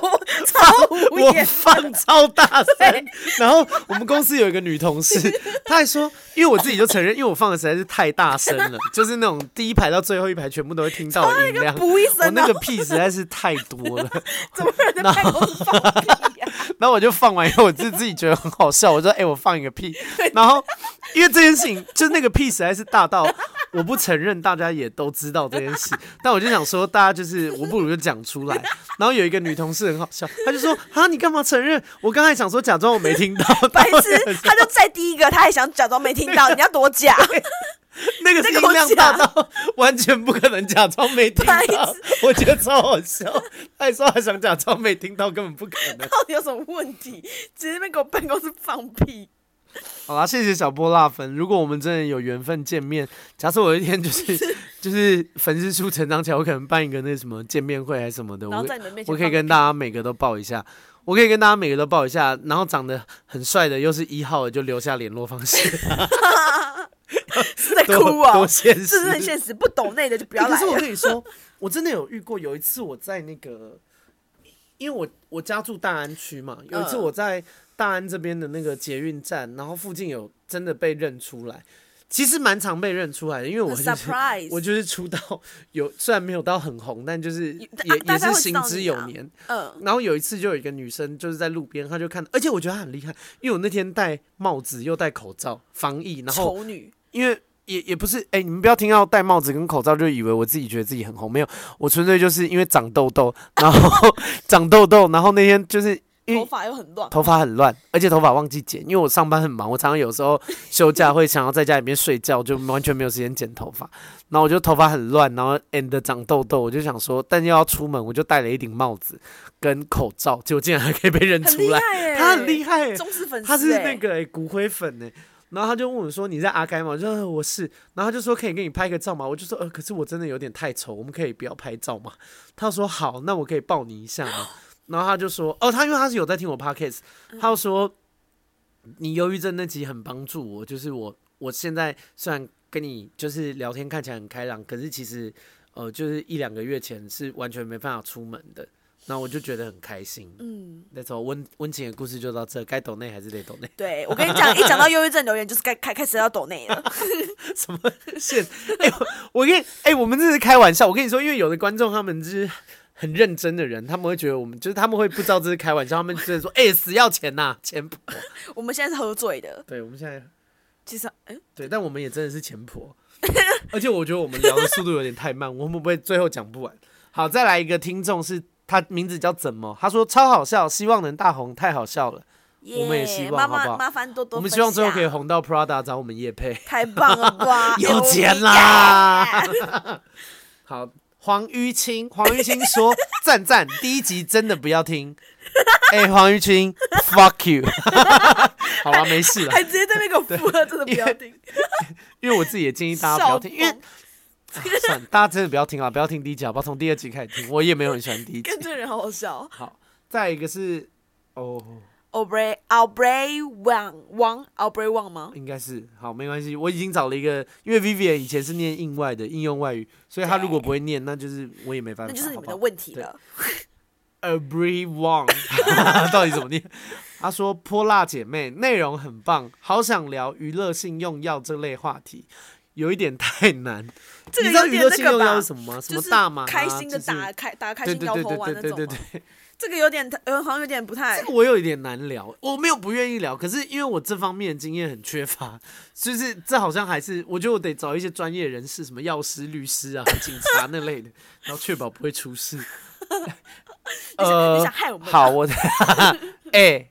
S2: 我超无
S1: 我
S2: 言。
S1: 放超大声，然后我们公司有一个女同 [laughs] 事，她还说，因为我自己就承认，因为我放的实在是太大声 [laughs] 了，就是那种第一排到最后一排全部都会听到的音量，
S2: 补一声
S1: 我那个
S2: 哦
S1: 屁实在是太多了。
S2: 怎么有人在办公室放屁啊呀、
S1: 然后我就放完以后，我自 [laughs] 自己觉得很好笑，我说：“哎、我放一个屁。”然后因为这件事情，就那个屁实在是大到我不承认，大家也都知道这件事。但我就想说，大家就是我不如就讲出来。然后有一个女同事很好笑，她就说：“啊，你干嘛承认？我刚才想说假装我没听到。”
S2: [laughs] 白痴，他就在第一个，他还想假装没听到，你要多假？
S1: 那个是音量大到完全不可能假装没听
S2: 白
S1: 到
S2: 痴，
S1: 我觉得超好笑。她还说她想假装没听到，根本不可能。
S2: 到底有什么问题？直接在那边给我办公室放屁。
S1: 好啦，谢谢小波辣粉。如果我们真的有缘分见面，假设我有一天就是
S2: [laughs]
S1: 就是粉丝数成长起来，我可能办一个那什么见面会还是什么的，
S2: 然
S1: 我
S2: 后
S1: 可
S2: 在你们面前
S1: 我
S2: 放屁，
S1: 可以跟大家每个都报一下，我可以跟大家每个都报一下，然后长得很帅的又是一号的，就留下联络方
S2: [laughs]
S1: 式，
S2: 是在
S1: 多
S2: 哭啊、
S1: 多现实，
S2: 是不是很现实？不懂内的就不要
S1: 欸可
S2: 来
S1: 是我
S2: 了。
S1: 跟你说，我真的有遇过，有一次我在那个，因为我我家住大安区嘛，有一次
S2: 嗯
S1: 我在大安这边的那个捷运站，然后附近有真的被认出来，其实蛮常被认出来的，因为我
S2: 很
S1: 就是。
S2: surprise，
S1: [laughs] 我就是出道有，虽然没有到很红，但就是也、
S2: 大
S1: 也
S2: 大家
S1: 是
S2: 会知
S1: 行
S2: 道
S1: 之
S2: 你
S1: 有
S2: 啊
S1: 年。
S2: 嗯，
S1: 然后有一次就有一个女生就是在路边，她就看，而且我觉得她很厉害，因为我那天戴帽子又戴口罩防疫，然后
S2: 丑女，
S1: 因为也也不是，哎、你们不要听到戴帽子跟口罩就以为我自己觉得自己很红，没有，我纯粹就是因为长痘痘，然后 [laughs] 长痘痘，然后那天就是因
S2: 头
S1: 为
S2: 发又很乱，
S1: 头发很乱，而且头发忘记剪，因为我上班很忙，我常常有时候休假会想要在家里面睡觉，就完全没有时间剪头发，然后我就头发很乱，然后 and 长痘痘，我就想说，但又要出门，我就戴了一顶帽子跟口罩，结果竟然还可以被认
S2: 很
S1: 出
S2: 厉
S1: 来，
S2: 害耶、
S1: 他很厉害、欸，
S2: 忠实粉丝、欸，
S1: 他是那个、欸、骨灰粉呢、然后他就问我说：“你在阿该吗？”我就说呃：“我是。”然后他就说：“可以跟你拍个照吗？”我就说：“呃，可是我真的有点太丑，我们可以不要拍照吗？”他说：“好，那我可以抱你一下吗？”然后他就说：“哦，他因为他是有在听我 podcast，他
S2: 嗯
S1: 就说你忧郁症那集很帮助我，就是我我现在虽然跟你就是聊天看起来很开朗，可是其实呃就是一两个月前是完全没办法出门的。”那我就觉得很开心，
S2: 嗯，
S1: 那种温温情的故事就到这，该抖内还是得抖内。
S2: 对我跟你讲，一讲到忧郁症留言，就是该开开始要抖内了。
S1: 现，哎、 [laughs] 我我跟你，哎、我们这是开玩笑。我跟你说，因为有的观众他们就是很认真的人，他们会觉得我们就是他们会不知道这是开玩笑，他们觉得说，哎、死要钱呐、钱婆。
S2: 我们现在是喝醉的，
S1: [laughs] 对，我们现在
S2: 其实，哎、
S1: 对，但我们也真的是钱 [laughs] 婆。而且我觉得我们聊的速度有点太慢，我们会不会最后讲不完？好，再来一个听众是。他名字叫怎么？他说超好笑，希望能大红，太好笑了。我们也希望
S2: 耶妈
S1: 好不
S2: 妈
S1: 好
S2: 麻烦多多，
S1: 我们希望最后可以，红到 Prada 找我们叶配。，
S2: 太棒了
S1: [laughs]
S2: 吧
S1: 有钱啦！好，黄玉清，黄玉清说赞赞，第一集真的不要听。 [laughs] 哎、黄玉清，fuck you！好了，没事
S2: 有
S1: 了
S2: 钱，，还直接在那边给我附和，真的不要听，
S1: 因为我自己也建议大家不要听，因为、
S2: 笑
S1: 啊、算了，大家真的不要听了，不要听第一集，好不好？从第二集开始听，我也没有很喜欢第
S2: [laughs]
S1: 一集
S2: 跟。这个人好好笑。
S1: 好，再一个是哦，
S2: Aubrey Aubrey Wang 王 Aubrey Wang 吗？
S1: 应该是好，没关系，我已经找了一个，因为 Vivian 以前是念应外的应用外语，所以他如果不会念，那就是我也没办
S2: 那
S1: 法，
S2: 就是你
S1: 好
S2: 们
S1: 不好
S2: 的问题了。
S1: everyone，到底怎么念？ [laughs] 他说：“泼辣姐妹，内容很棒，好想聊娱乐性用药这类话题，有一点太难。
S2: 这个
S1: 你知道
S2: 有
S1: 娱
S2: 点
S1: 乐
S2: 那
S1: 性
S2: 个
S1: 用药
S2: 吧
S1: 是什么吗？什
S2: 就
S1: 么
S2: 是
S1: 大麻、啊？
S2: 开心的打
S1: 就是
S2: 开打开
S1: 对
S2: 心
S1: 对
S2: 摇
S1: 对
S2: 头丸
S1: 对
S2: 那
S1: 对对
S2: 种吗
S1: 对，，
S2: 这个有点太，呃，好像有点不太
S1: 这个。我有一点难聊，我没有不愿意聊，可是因为我这方面的经验很缺乏，就是这好像还是我觉得我得找一些专业人士，什么药师、律师啊、 [laughs] 警察那类的，然后确保不会出
S2: [laughs]
S1: 事。呃
S2: 你想你想害我们？
S1: 好，，我的 [laughs] 哎、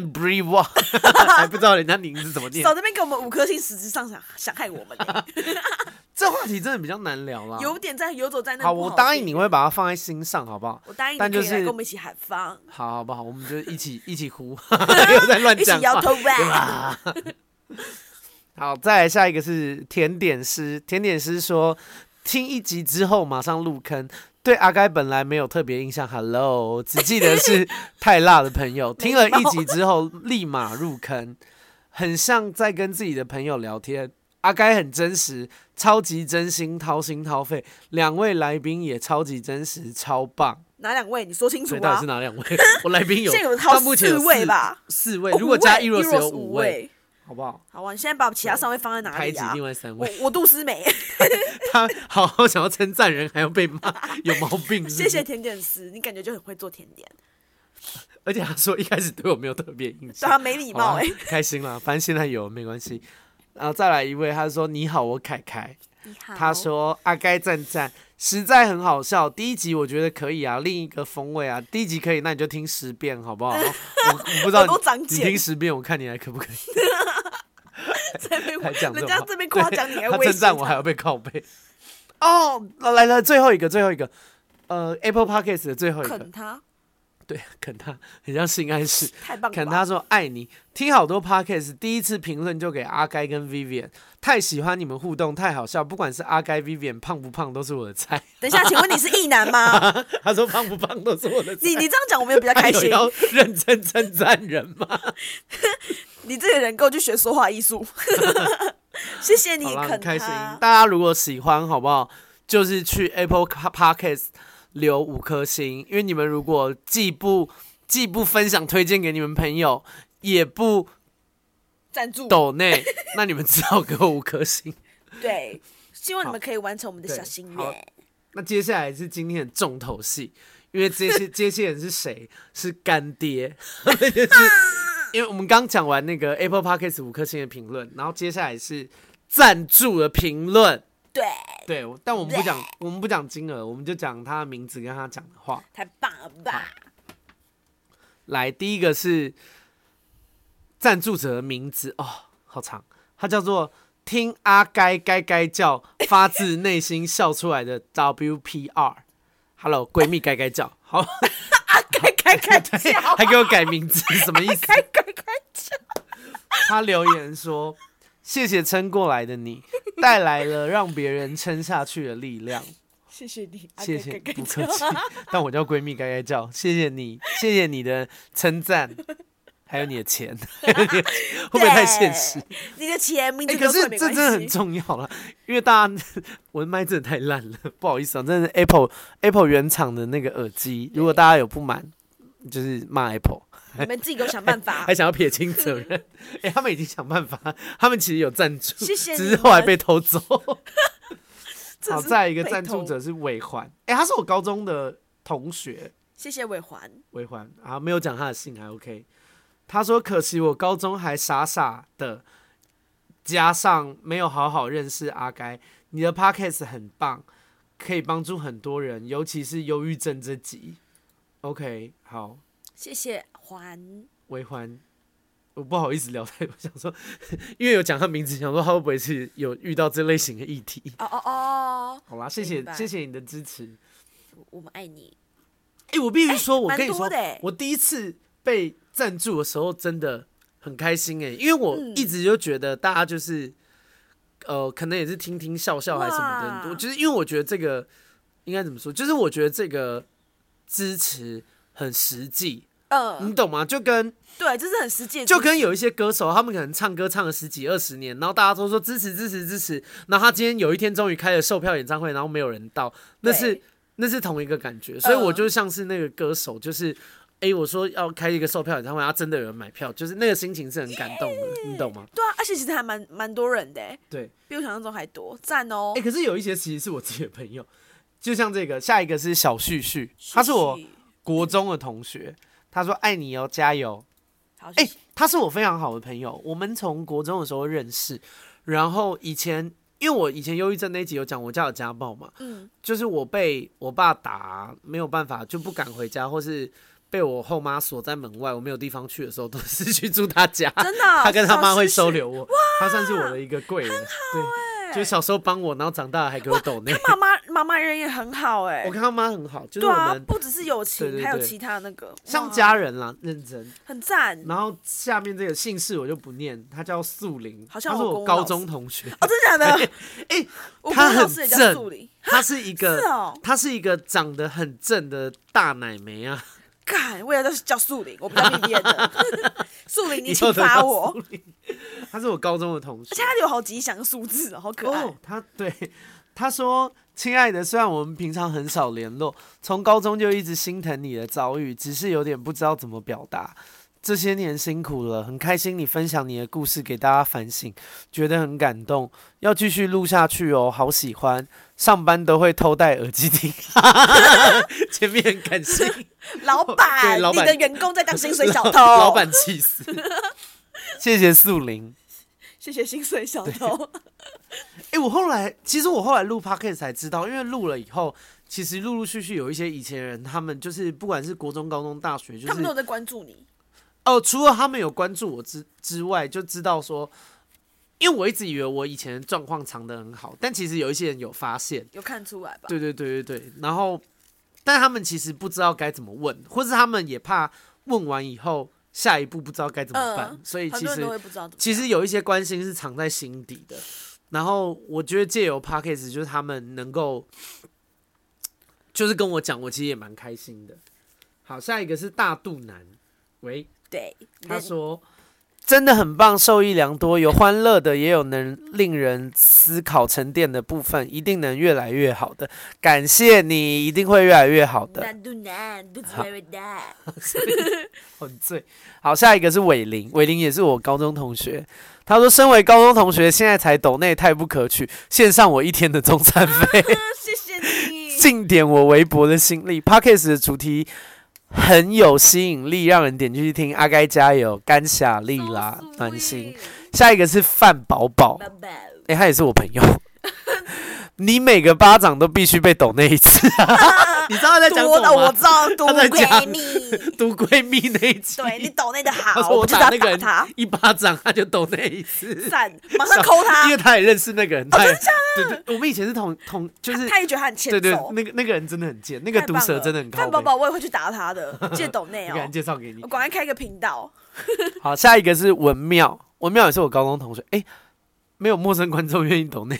S1: everyone [laughs] 还不知道人家名字怎么念
S2: [laughs] 少，这边给我们五颗星，实质上想想害我
S1: [laughs]
S2: 们欸，
S1: 这话题真的比较难聊啦。
S2: 有点在游走在那。
S1: 好，我答应，你会把它放在心上，好不好？
S2: 我答应你可
S1: 但
S2: 以
S1: 就是
S2: 来跟我们一起喊放，
S1: 好好不好？我们就一起 [laughs] 一起呼，又在乱
S2: [laughs] 一起
S1: 讲
S2: 摇
S1: 话。
S2: 头
S1: 对
S2: 丸。
S1: 吧好，再来下一个是甜点师，甜点师说听一集之后马上入坑。对阿该本来没有特别印象，Hello，只记得是太辣的朋
S2: [laughs]
S1: 友。听了一集之后立马入坑，很像在跟自己的朋友聊天。阿该很真实，超级真心，掏心掏肺。两位来宾也超级真实，超棒。
S2: 哪两位？你说清楚
S1: 所以到底
S2: 啊
S1: 是！哪两位？ [laughs] 我来宾有
S2: 现在有
S1: 到
S2: 超
S1: 目前
S2: 四
S1: 有
S2: 位吧？
S1: 四位，
S2: 哦
S1: 如果
S2: 五
S1: 加
S2: 位
S1: Eros 有
S2: ，Eros
S1: 五
S2: 五
S1: 位，
S2: 位。
S1: 好不好？
S2: 好啊，你现在把其他三位放在哪
S1: 排
S2: 里
S1: 挤
S2: 啊
S1: 另？外三
S2: 我
S1: 位，嗯
S2: 我杜思美，
S1: [laughs] 他好好想要称赞人，还要被
S2: [laughs]
S1: 骂，有毛病是不
S2: 谢
S1: 是
S2: 谢，甜点师，你感觉就很会做甜点，
S1: 而且他说一开始对我没有特别印
S2: 对
S1: 象，
S2: 他没礼
S1: 好
S2: 貌
S1: 啊
S2: 哎、
S1: 开心啦，反正现在有没关系。然后再来一位，他说：“你好，我凯凯。”
S2: 你好
S1: 他
S2: [laughs]
S1: 说：“阿该赞赞，实在很好笑。第一集我觉得可以啊，另一个风味啊。第一集可以，那你就听十遍好不好？我我不知道
S2: [laughs] 我都长
S1: 你你
S2: 茧
S1: 听十遍，我看你还可不可以？
S2: 这边
S1: 还讲这
S2: 人
S1: 种
S2: 家
S1: 话
S2: 这边夸奖你，还
S1: 他
S2: 威
S1: 称
S2: 胁
S1: 赞我还要被靠背。哦，来了，最后一个，最后一个，呃，Apple Podcast 的最后一个
S2: 啃，他，
S1: 对，啃他，很像性暗示。
S2: 太棒了吧！
S1: 肯他说爱你，听好多 podcast，第一次评论就给阿该跟 Vivian，太喜欢你们互动，太好笑，不管是阿该 Vivian 胖不胖都是我的菜。 [laughs]
S2: 等一下，请问你是异男吗？
S1: 他说胖不胖都是我的菜。
S2: 你你这样讲，我们也比较开
S1: 他有
S2: 心。
S1: 要认真称赞人吗？
S2: 你这个人够去学说话艺
S1: [laughs]
S2: 术，谢谢你
S1: 好啦，很
S2: 肯啊
S1: 开心。
S2: 他
S1: 大。家如果喜欢，好不好？就是去 Apple Podcast 留五颗星，因为你们如果既不既不分享推荐给你们朋友，也不
S2: 赞助
S1: 抖
S2: [laughs]
S1: 内，那你们只好给我五颗星。
S2: 对，希望你们可以完成我们的
S1: 对
S2: 小心
S1: 好
S2: 愿。
S1: 那接下来是今天的重头戏，因为这
S2: [laughs]
S1: 些这些人是谁？是干爹， [laughs] 就是因为我们刚讲完那个 Apple Podcast 五颗星的评论，然后接下来是赞助的评论。
S2: 对，
S1: 对，但我们不讲，我们不讲金额，我们就讲他的名字跟他讲的话。
S2: 太棒了吧！
S1: 来，第一个是赞助者的名字哦，好长，他叫做“听阿该该该叫”，发自内心笑出来的 WPR。Hello，闺蜜该该叫，好，
S2: [laughs] 开
S1: [laughs]
S2: 开开叫，
S1: 还给我改名字，什么意思？
S2: 开开开叫，
S1: 他留言说：“谢谢撑过来的你，带来了让别人撑下去的力量。”
S2: 谢谢你，啊
S1: 谢谢，
S2: 该该
S1: 不
S2: 该
S1: 客
S2: 叫 [laughs]
S1: 气。但我叫闺蜜该该叫，谢谢你，谢谢你的称赞，还有你的钱， [laughs] 还有你的钱会不会太现实？
S2: 你的钱名
S1: 哎、
S2: 字
S1: 可
S2: 留
S1: 是
S2: 错没
S1: 这
S2: 关
S1: 真的很
S2: 系。
S1: 重要了，因为大家 [laughs] 我的麦真的太烂了，不好意思啊，真的是 Apple Apple 原厂的那个耳机，如果大家有不满，就是骂 Apple，
S2: 你们自己给我想办
S1: [laughs]
S2: 法
S1: 还。想要撇清责任，
S2: [laughs]
S1: 哎、他们已经想办法，他们其实有赞助，
S2: 谢谢
S1: 只
S2: 你
S1: 是后来
S2: 们
S1: 被偷走。
S2: [laughs] 这
S1: 好，
S2: 是
S1: 再一个
S2: 被
S1: 赞助
S2: 偷
S1: 者是伟环，哎、他是我高中的同学，
S2: 谢谢尾环，
S1: 微环啊，没有讲他的姓还 OK。他说：“可惜我高中还傻傻的，加上没有好好认识阿该。你的 Podcast 很棒，可以帮助很多人，尤其是忧郁症这集。OK，好，
S2: 谢谢环，
S1: 微环，我不好意思聊太多， [laughs] 想说，因为有讲他名字，想说他会不会是有遇到这类型的议题？
S2: 哦哦哦，
S1: 好啦，谢谢
S2: 明，白
S1: 谢谢你的支持。
S2: 我们爱你。
S1: 哎、我必须说，我
S2: 蛮
S1: 跟你
S2: 多
S1: 说
S2: 的欸，
S1: 我第一次被赞助的时候真的很开心哎、因为我
S2: 嗯
S1: 一直就觉得大家就是，呃，可能也是听听笑笑还是什么的，
S2: 哇
S1: 我就是因为我觉得这个应该怎么说，就是我觉得这个支持很实际，
S2: 嗯，
S1: 你懂吗？就跟
S2: 对，这是很实际的支持，
S1: 就跟有一些歌手，他们可能唱歌唱了十几二十年，然后大家都说支持支持支持，然后他今天有一天终于开了售票演唱会，然后没有人到，那是
S2: 对
S1: 那是同一个感觉，所以我就像是那个歌手，就是诶，我说要开一个售票演唱会，他啊真的有人买票，就是那个心情是很感动的，你懂吗？
S2: 对啊，而且其实还蛮蛮多人的欸，
S1: 对，
S2: 比我想象中还多，赞哦
S1: 诶，。可是有一些其实是我自己的朋友，就像这个，下一个是小旭旭，他是我
S2: 谢谢
S1: 国中的同学，他说爱你哦，加油。
S2: 好，
S1: 哎、
S2: 谢谢
S1: 他是我非常好的朋友，我们从国中的时候认识，然后以前因为我以前忧郁症那一集有讲我家有家暴嘛，
S2: 嗯，
S1: 就是我被我爸打，没有办法就不敢回家，或是被我后妈锁在门外，我没有地方去的时候，都是去住他家。
S2: 真的哦，
S1: 啊他跟他妈会收
S2: 小思绪。
S1: 留
S2: 欸
S1: 我，他算是我的一个贵人，对，就是小时候帮我，然后长大了还给我抖内。
S2: 妈妈妈妈人也很好哎、
S1: 我跟他妈很好，就是
S2: 对
S1: 我
S2: 啊，
S1: 们
S2: 不只是友情，
S1: 对对对
S2: 还有其他那个
S1: 像
S2: 哇
S1: 家人啦，认真。
S2: 很赞
S1: 然后下面这个姓氏我就不念，他叫素林，
S2: 好像
S1: 他是
S2: 我
S1: 我
S2: 国文
S1: 高
S2: 老师
S1: 中同学，
S2: 哦，真的假的？
S1: [laughs] 哎
S2: 我
S1: 他
S2: 国
S1: 很
S2: 老师也叫
S1: 正
S2: 助理，
S1: 他是一
S2: 是
S1: 个
S2: 哦，
S1: 她是一个长得很正的大奶妹啊，
S2: 干，我也叫叫素林，我不叫毕
S1: [laughs]
S2: 业的，素林，你
S1: 以后都
S2: 请
S1: 叫
S2: 罚我。
S1: 她是我高中的同学
S2: 而且。它有好吉祥数字哦，好可爱。
S1: 哦，她对她说：“亲爱的，虽然我们平常很少联络，从高中就一直心疼你的遭遇，只是有点不知道怎么表达。这些年辛苦了，很开心你分享你的故事给大家反省，觉得很感动，要继续录下去哦，好喜欢。上班都会偷戴耳机听， [laughs] 前面很感
S2: [laughs]
S1: 性，
S2: 老
S1: [laughs]
S2: 板，
S1: 对老板
S2: 你的员工在当薪水小
S1: [laughs]
S2: 偷。
S1: 老板，气死。谢谢素玲。”
S2: 谢谢薪水小 [laughs] 偷。
S1: 哎、我后来其实我后来录 podcast 才知道，因为录了以后，其实陆陆续续有一些以前人，他们就是不管是国中、高中、大学，就
S2: 他们
S1: 是
S2: 都有在关注你。
S1: 哦，除了他们有关注我之之外，就知道说，因为我一直以为我以前的状况藏得很好，但其实有一些人有发现，
S2: 有看出来吧？
S1: 对对对对对，然后，但他们其实不知道该怎么问，或是他们也怕问完以后下一步不知道该怎么办，
S2: 嗯
S1: 所以
S2: 很
S1: 其
S2: 多人
S1: 实
S2: 都会不知道怎么样。
S1: 其实有一些关心是藏在心底的。然后我觉得借由 podcast 就是他们能够，就是跟我讲，我其实也蛮开心的。好，下一个是大肚腩，喂，
S2: 对，
S1: 他
S2: 那
S1: 说真的很棒，受益良多，有欢乐的，也有能令人思考沉淀的部分，一定能越来越好的。感谢你，一定会越来越好的。
S2: 难度难，不止 very
S1: [laughs]
S2: bad。
S1: 很醉。 [laughs] 好，下一个是伟林，伟林也是我高中同学。他说：“身为高中同学，现在才抖内太不可取，献上我一天的中餐 [laughs] 费，
S2: 谢谢你。
S1: 尽点我微薄的心力。” Pockets 的主题很有吸引力，让人点进去听。阿该加油，干霞丽啦
S2: So，sweet
S1: 暖心。，下一个是范宝宝，
S2: 爸爸， [laughs]
S1: 诶、他也是我朋友。 [laughs] 你每个巴掌都必须被抖那一次、你知道他在讲 [laughs]
S2: 多
S1: 什
S2: 的
S1: 么
S2: 我
S1: 吗？
S2: 知道，多
S1: 在讲 [laughs]
S2: 给你。
S1: 毒闺蜜那一集，
S2: 对你抖那的
S1: 他
S2: 好，
S1: 说
S2: 我就是
S1: 打
S2: 要
S1: 那个人
S2: 他，
S1: 一巴掌，他就抖那一 [laughs] 次。
S2: 赞，马上扣他哦
S1: 因为。他也认识那个人，他也、对对，我们以前是同同，就是
S2: 他也觉得他很欠
S1: 对对
S2: 揍，。
S1: 那个那个人真的很贱，那
S2: 那
S1: 个毒蛇真的很靠
S2: 范
S1: 北
S2: 宝宝，我也会去打他的，记得抖内
S1: 我给
S2: 哦
S1: 人。介绍 [laughs] 给你
S2: 我。赶快开一个频道，
S1: 好，下一个是文妙，文妙也是我高中同学，哎、没有陌生观众愿意懂那，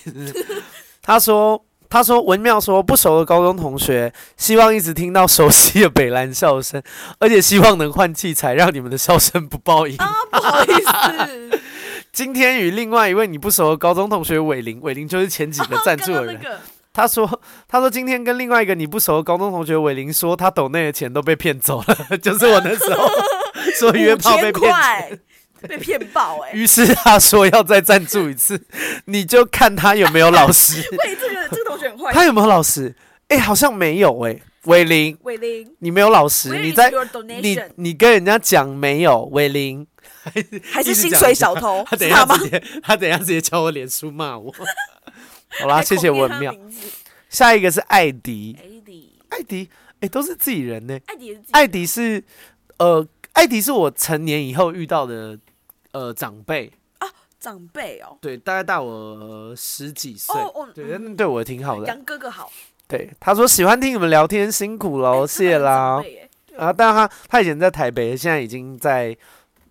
S1: 他说。他说：“文妙说不熟的高中同学，希望一直听到熟悉的北兰笑声，而且希望能换器材，让你们的笑声不爆音。
S2: 啊，不好意
S1: [laughs]
S2: 思，
S1: 今天与另外一位你不熟的高中同学伟林，伟林就是前几个赞助的
S2: 哦刚刚那
S1: 人， [laughs]
S2: 个
S1: 他说：“他说今天跟另外一个你不熟的高中同学伟林说，他抖内的钱都被骗走了， [laughs] 就是我那时
S2: [laughs]
S1: 候说约炮被
S2: 5000
S1: 骗。
S2: 块被骗爆哎、欸！
S1: 于是他说要再赞助一次，你就看他有没有老实，
S2: [laughs] 喂，这个这个同学很坏，
S1: 他有没有老实？哎、好像没有哎、伟林，
S2: 伟林，
S1: 你没有老实，
S2: Where
S1: 你
S2: is
S1: 在
S2: your
S1: 你
S2: donation
S1: 你跟人家讲没有，伟林。”
S2: 还是
S1: 一直
S2: 薪
S1: 讲
S2: 水
S1: 一下
S2: 小偷
S1: [laughs] 他等一
S2: 是
S1: 下
S2: 他吗
S1: 直接，他等一下直接敲我脸书骂
S2: [laughs]
S1: 我。好啦，
S2: 还
S1: 啊谢谢
S2: 口念
S1: 文
S2: 他
S1: 妙。[laughs]
S2: 名字。
S1: 下一个是艾迪，
S2: 艾迪，
S1: 艾迪，哎、都是自己人呢、
S2: 艾迪也是自己
S1: 艾迪是呃，艾迪是我成年以后遇到的呃长辈，
S2: 长辈哦，
S1: 对，大概大我、呃十几岁，
S2: 哦嗯哦
S1: 对，
S2: 嗯
S1: 但是对我挺好的。
S2: 杨哥哥好，
S1: 对，他说喜欢听你们聊天，辛苦
S2: [laughs]
S1: 喽，
S2: 哎
S1: 谢啦
S2: 真的很长。辈欸
S1: 啊，但他他以前在台北，现在已经在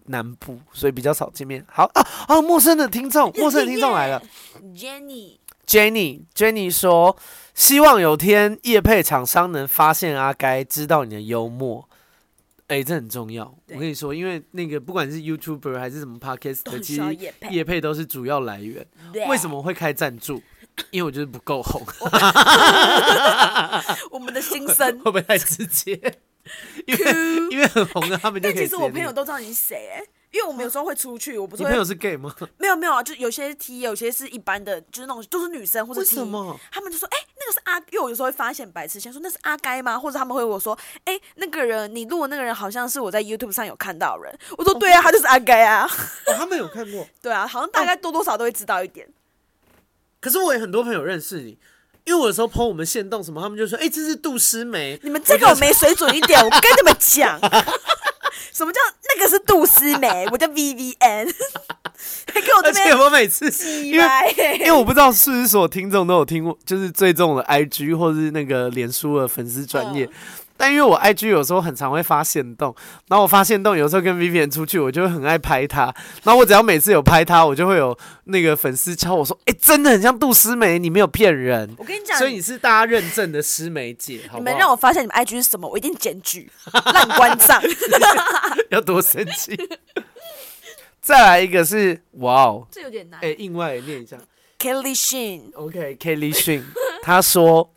S1: 南部，所以比较少见面。好啊啊，陌生的听众，陌生的听众来了。 [laughs]
S2: ，Jenny，
S1: Jenny Jenny 说，希望有天业配厂商能发现阿该，知道你的幽默。哎、这很重要。我
S2: 对
S1: 跟你说，因为那个不管是 YouTuber 还是什么 Podcast，
S2: 都很
S1: 其
S2: 需要
S1: 实
S2: 夜配，
S1: 业配都是主要来源。
S2: 对啊
S1: 为什？么会开赞
S2: [coughs]
S1: 助？因为我觉得不够红，
S2: 啊我们的心
S1: 会 [laughs]
S2: 声。
S1: 不会太直接？因为因为很红的他们就
S2: 但
S1: 可以直接
S2: 其实
S1: 那个。
S2: 我朋友都知道你是谁哎，因为我们有时候会出去，我不是
S1: 你
S2: 会
S1: 朋友是 gay 吗？
S2: 没有没有啊，就有些 T，有些是一般的，就是那种就是女生或者
S1: 为
S2: T，
S1: 什么？
S2: 他们就说哎、那个是阿，因为我有时候会发现白痴，先说那是阿该吗？或者他们会问我说哎、那个人你录的那个人好像是我在 YouTube 上有看到的人，我说对啊，他就是阿该啊，
S1: [laughs]
S2: [laughs]
S1: 哦，他们有看过。
S2: 对啊，好像大
S1: 哦
S2: 概多多少少都会知道一点，
S1: 可是我有很多朋友认识你，因为我有时候 PO 我们线动什么，他们就说：“哎、这是杜诗梅。”
S2: 你们这个我没水准一 [laughs] 点，我跟你们讲。什么叫那个是杜思梅，我叫 V V N，还给我
S1: 而
S2: 这
S1: 且
S2: 边
S1: 我每次
S2: 洗
S1: 因为
S2: 白、
S1: 因为我不知道是不是所有听众都有听过，就是最重的 IG 或是那个脸书的粉丝专业。
S2: 嗯
S1: 但因为我 IG 有时候很常会发现动，然后我发现动有时候跟 Vivian 出去，我就会很爱拍她。然后我只要每次有拍她，我就会有那个粉丝敲我说：“哎、真的很像杜诗梅，你没有骗人。
S2: 我跟你”讲，
S1: 所以你是大家认证的诗梅姐，好
S2: 你
S1: 不
S2: 们让
S1: 好？
S2: 我发现你们 IG 是什么，我一定检举，烂关账。
S1: 要多生气。再来一个是哇哦，
S2: [laughs] 这有点难。
S1: 哎、另外念一下。
S2: [laughs] Kelly Shin，
S1: OK，Kelly Shin，他 [laughs] 说：“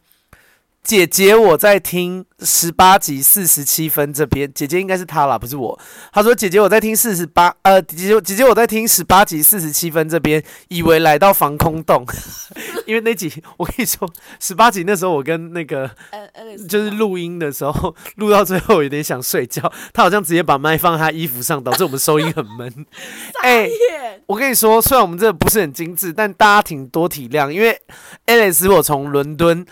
S1: 姐姐，我在听十八集四十七分这边，姐姐应该是她啦，不是我。她说姐姐我在听四十八，呃，姐姐姐姐我在听十八集四十七分这边，以为来到防空洞， [laughs] 因为那集我跟你说，十八集那时候我跟那个
S2: 呃呃，
S1: 就是录音的时候，录到最后有点想睡觉，他好像直接把麦放她衣服上，导致我们收音很闷。哎、
S2: 耶，
S1: 我跟你说，虽然我们这个不是很精致，但大家挺多体谅，因为 Alice 是我从伦敦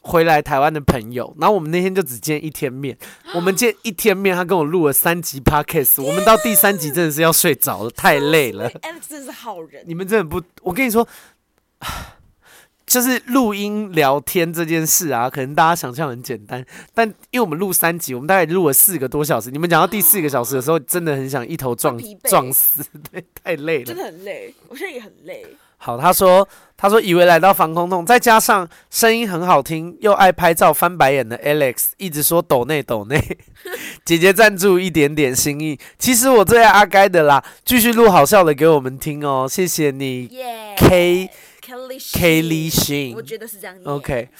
S1: 回来台湾的朋友，然后我们那天就只见一天面，我们见一天面，他跟我录了三集 podcast，我们到第三集真的是要睡着了，太累了。
S2: [laughs] Alex 真的是好人，
S1: 你们真的不，我跟你说， [sighs] 就是录音聊天这件事啊，可能大家想象很简单，但因为我们录三集，我们大概录了四个多小时，你们讲到第四个小时的时候，真的很想一头撞
S2: 会疲惫
S1: 撞死，对，太累了，
S2: 真的很累，我现在也很累。
S1: 好，他说，他说以为来到防空洞，再加上声音很好听又爱拍照翻白眼的 Alex，一直说抖内抖内，
S2: [laughs]
S1: 姐姐赞助一点点心意。其实我最爱阿该的啦，继续录好笑的给我们听哦，谢谢你
S2: 耶
S1: K
S2: Kelly
S1: Kelly
S2: Shin，
S1: Shin。
S2: 我觉得是这样念。
S1: OK，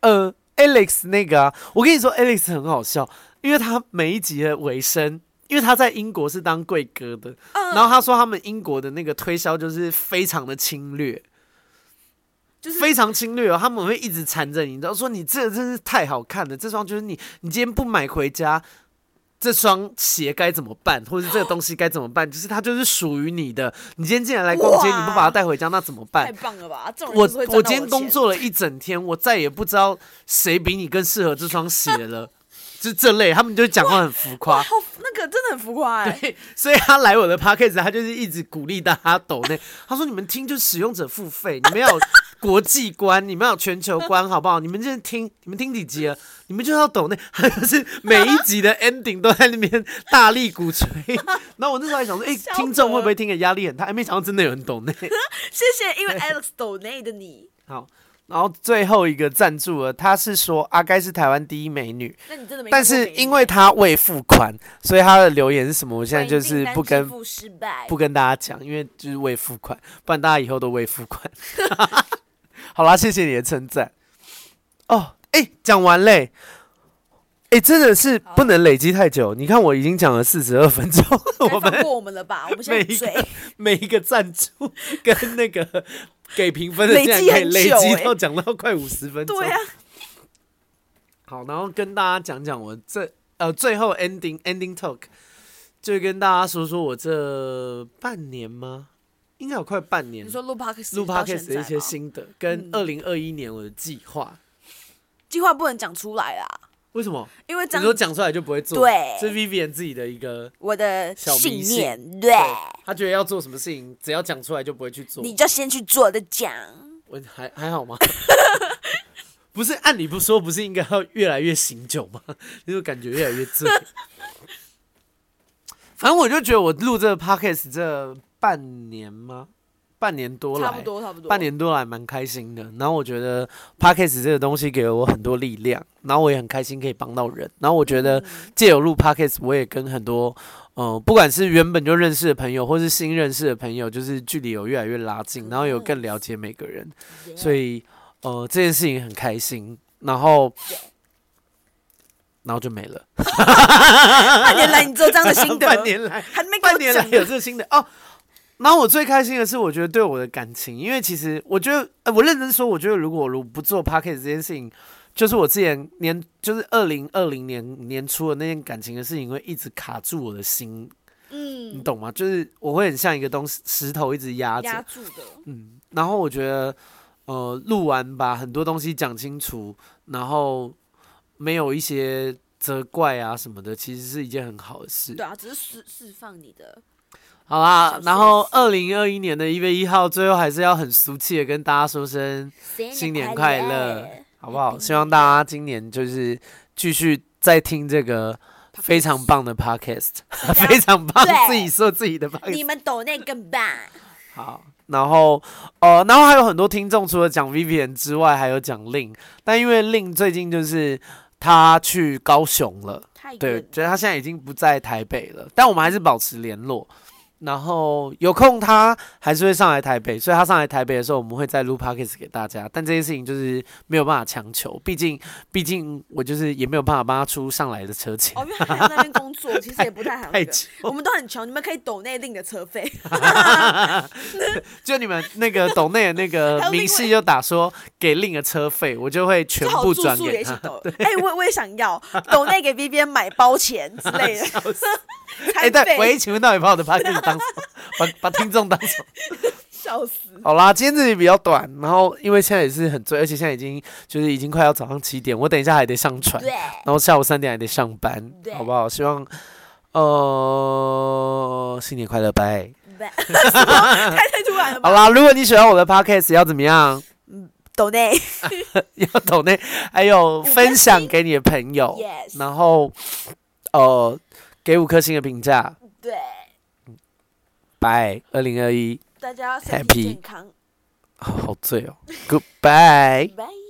S1: 呃，Alex 那个啊，我跟你说，Alex 很好笑，因为他每一集的尾声，因为他在英国是当贵哥的，
S2: 嗯，
S1: 然后他说他们英国的那个推销就是非常的侵略。
S2: 就是
S1: 非常侵略哦，他们会一直缠着你，然后说你这个真是太好看了，这双就是你，你今天不买回家，这双鞋该怎么办，或者是这个东西该怎么办？就是它就是属于你的，你今天进来来逛街，
S2: 哇
S1: 你不把它带回家，那怎么
S2: 太
S1: 办？
S2: 棒了吧！这种人
S1: 我
S2: 就是会赚到
S1: 我
S2: 我
S1: 今天工作了一整天，我再也不知道谁比你更适合这双鞋了，就这类，他们就讲话很浮
S2: 钱哇，
S1: 夸。
S2: 好那个真的很浮夸哎。
S1: 对， [laughs] 所以他来我的 p a c k a g e 他就是一直鼓励大家抖内。他说：“你们听，就是使用者付费，你们要有国际观，你们要有全球观，好不好？你们就是听，你们听几集了？你们就要抖内。” [laughs] 他就是每一集的 ending 都在那边大力鼓吹。然后我那时候还想说：“哎、
S2: [laughs] 笑
S1: 听众
S2: 死
S1: 会不会听的压力很大？”哎，没想到真的有人抖
S2: [laughs]
S1: 内。
S2: 谢谢，因为 Alex 抖内的你，
S1: 好，然后最后一个赞助了，他是说阿该是台湾第一美女，
S2: 那你真的没看过美女。
S1: 但是因为他未付款，所以他的留言是什么？我现在就是不
S2: 本
S1: 跟
S2: 订单支付失败，
S1: 不跟大家讲，因为就是未付款，不然大家以后都未付款。 [laughs] 好啦，谢谢你的称赞。哦，哎、讲完嘞，哎、真的是不能累积太久。你看，我已经讲了四十二分钟，
S2: 该
S1: 我
S2: 放
S1: 们
S2: 过我们
S1: [laughs]
S2: 了吧？我们现
S1: 每
S2: 在
S1: 一
S2: 追
S1: 个每一个赞助跟那个给评分的，
S2: 累
S1: 竟然
S2: 积
S1: 可以
S2: 很
S1: 累
S2: 久
S1: 积
S2: 欸
S1: 到讲到快五十分钟。
S2: 对啊，
S1: 好，然后跟大家讲讲我这呃最后 ending ending talk，就跟大家说说我这半年吗？应该有快半年
S2: 你。说录 podcast
S1: 录
S2: 嗯到现
S1: podcast
S2: 在嗯
S1: 的一些
S2: 吗
S1: 心得，跟二零二一年我的计划。
S2: 计划不能讲出来啦，
S1: 为什么？
S2: 因为这
S1: 你说
S2: 样
S1: 讲出来就不会做，
S2: 对
S1: 是 Vivian 自己的一个，
S2: 我的
S1: 小迷
S2: 信
S1: 信
S2: 念，对，
S1: 他觉得要做什么事情，只要讲出来就不会去做。
S2: 你就先去做再讲。
S1: 我还还好吗？ [laughs] 不是，按理不说，不是应该要越来越醒酒吗？ [laughs] 就是感觉越来越醉。 [laughs] 反正我就觉得我录这个 podcast 这半年吗？半年多来，
S2: 差不多，差不多。
S1: 半年多来蛮开心的。然后我觉得 podcast 这个东西给了我很多力量，然后我也很开心可以帮到人。然后我觉得借由录 podcast，我也跟很多呃，不管是原本就认识的朋友，或是新认识的朋友，就是距离有越来越拉近，然后有更了解每个人。
S2: Yeah，
S1: 所以呃，这件事情很开心。然后，然后就没了。
S2: 半年来你只有这样的心得，
S1: [laughs] 半年来
S2: 还 [laughs] 没给
S1: 半
S2: 我
S1: 年来
S2: 讲
S1: 有这个新的哦。然后我最开心的是，我觉得对我的感情，因为其实我觉得，呃、我认真说，我觉得如果我不做 p a c k a g e 这件事情，就是我之前年，就是二零二零年年初的那件感情的事情，会一直卡住我的心，你
S2: 嗯，
S1: 懂吗？就是我会很像一个东西石头一直压着
S2: 压，住的，
S1: 嗯，然后我觉得，呃，录完把很多东西讲清楚，然后没有一些责怪啊什么的，其实是一件很好的事。
S2: 对啊，只是释释放你的
S1: 好啦
S2: 小，
S1: 然后
S2: 确
S1: 二零二一年的一月一号，最后还是要很俗气的跟大家说声新年快乐，好不
S2: 嗯
S1: 好？希望大家今年就是继续再听这个非常棒的 podcast，
S2: 家
S1: 非常棒，
S2: [laughs] 对
S1: 自己说自己的 podcast
S2: 你们抖那更棒，
S1: 好。然后，呃，然后还有很多听众除了讲 Vivian 之外，还有讲令，但因为令最近就是他去高雄了。
S2: 太
S1: 对，
S2: good
S1: 觉得他现在已经不在台北了，但我们还是保持联络。然后有空他还是会上来台北，所以他上来台北的时候，我们会再录 podcast 给大家。但这件事情就是没有办法强求，毕竟毕竟我就是也没有办法帮他出上来的车钱，
S2: 哦，因为他还要在那边工
S1: [laughs]
S2: 作，其实也不太好。
S1: 太久。
S2: 我们都很穷，你们可以抖内另的车费，
S1: 就你们那个抖内的那
S2: [laughs] 还
S1: 个
S2: 有另外
S1: 明细就打说给另一个车费，我就会全
S2: 最好
S1: 部
S2: 住
S1: 转
S2: 宿也
S1: 给
S2: 一起
S1: 他。
S2: 抖。哎、我我也想要抖内给 B B 买包钱之类
S1: [laughs]
S2: 的，
S1: 哎、
S2: [laughs] 餐
S1: 但
S2: 费
S1: 喂，请问到底把我的 podcast 当什么？ [laughs] 把把听众当什么？
S2: 笑死。
S1: 好啦，今天这集比较短，然后因为现在也是很醉，而且现在已经就是已经快要早上七点，我等一下还得上船， [laughs]
S2: 对，
S1: 然后下午三点还得上班，
S2: 对
S1: 好不好？希望呃新年快乐，拜。
S2: 不 [laughs] 什么太太突然了吧？
S1: 好啦，如果你喜欢我的 podcast，要怎么样？ [laughs]
S2: 抖内
S1: 要抖内，还有
S2: 颗星
S1: 分享给你的朋友，
S2: ，yes，
S1: 然后呃给五颗星的评价，
S2: 对，
S1: 拜。二零二一，
S2: 大家要身
S1: Happy
S2: 体健康，
S1: 好醉哦，Goodbye。
S2: 拜。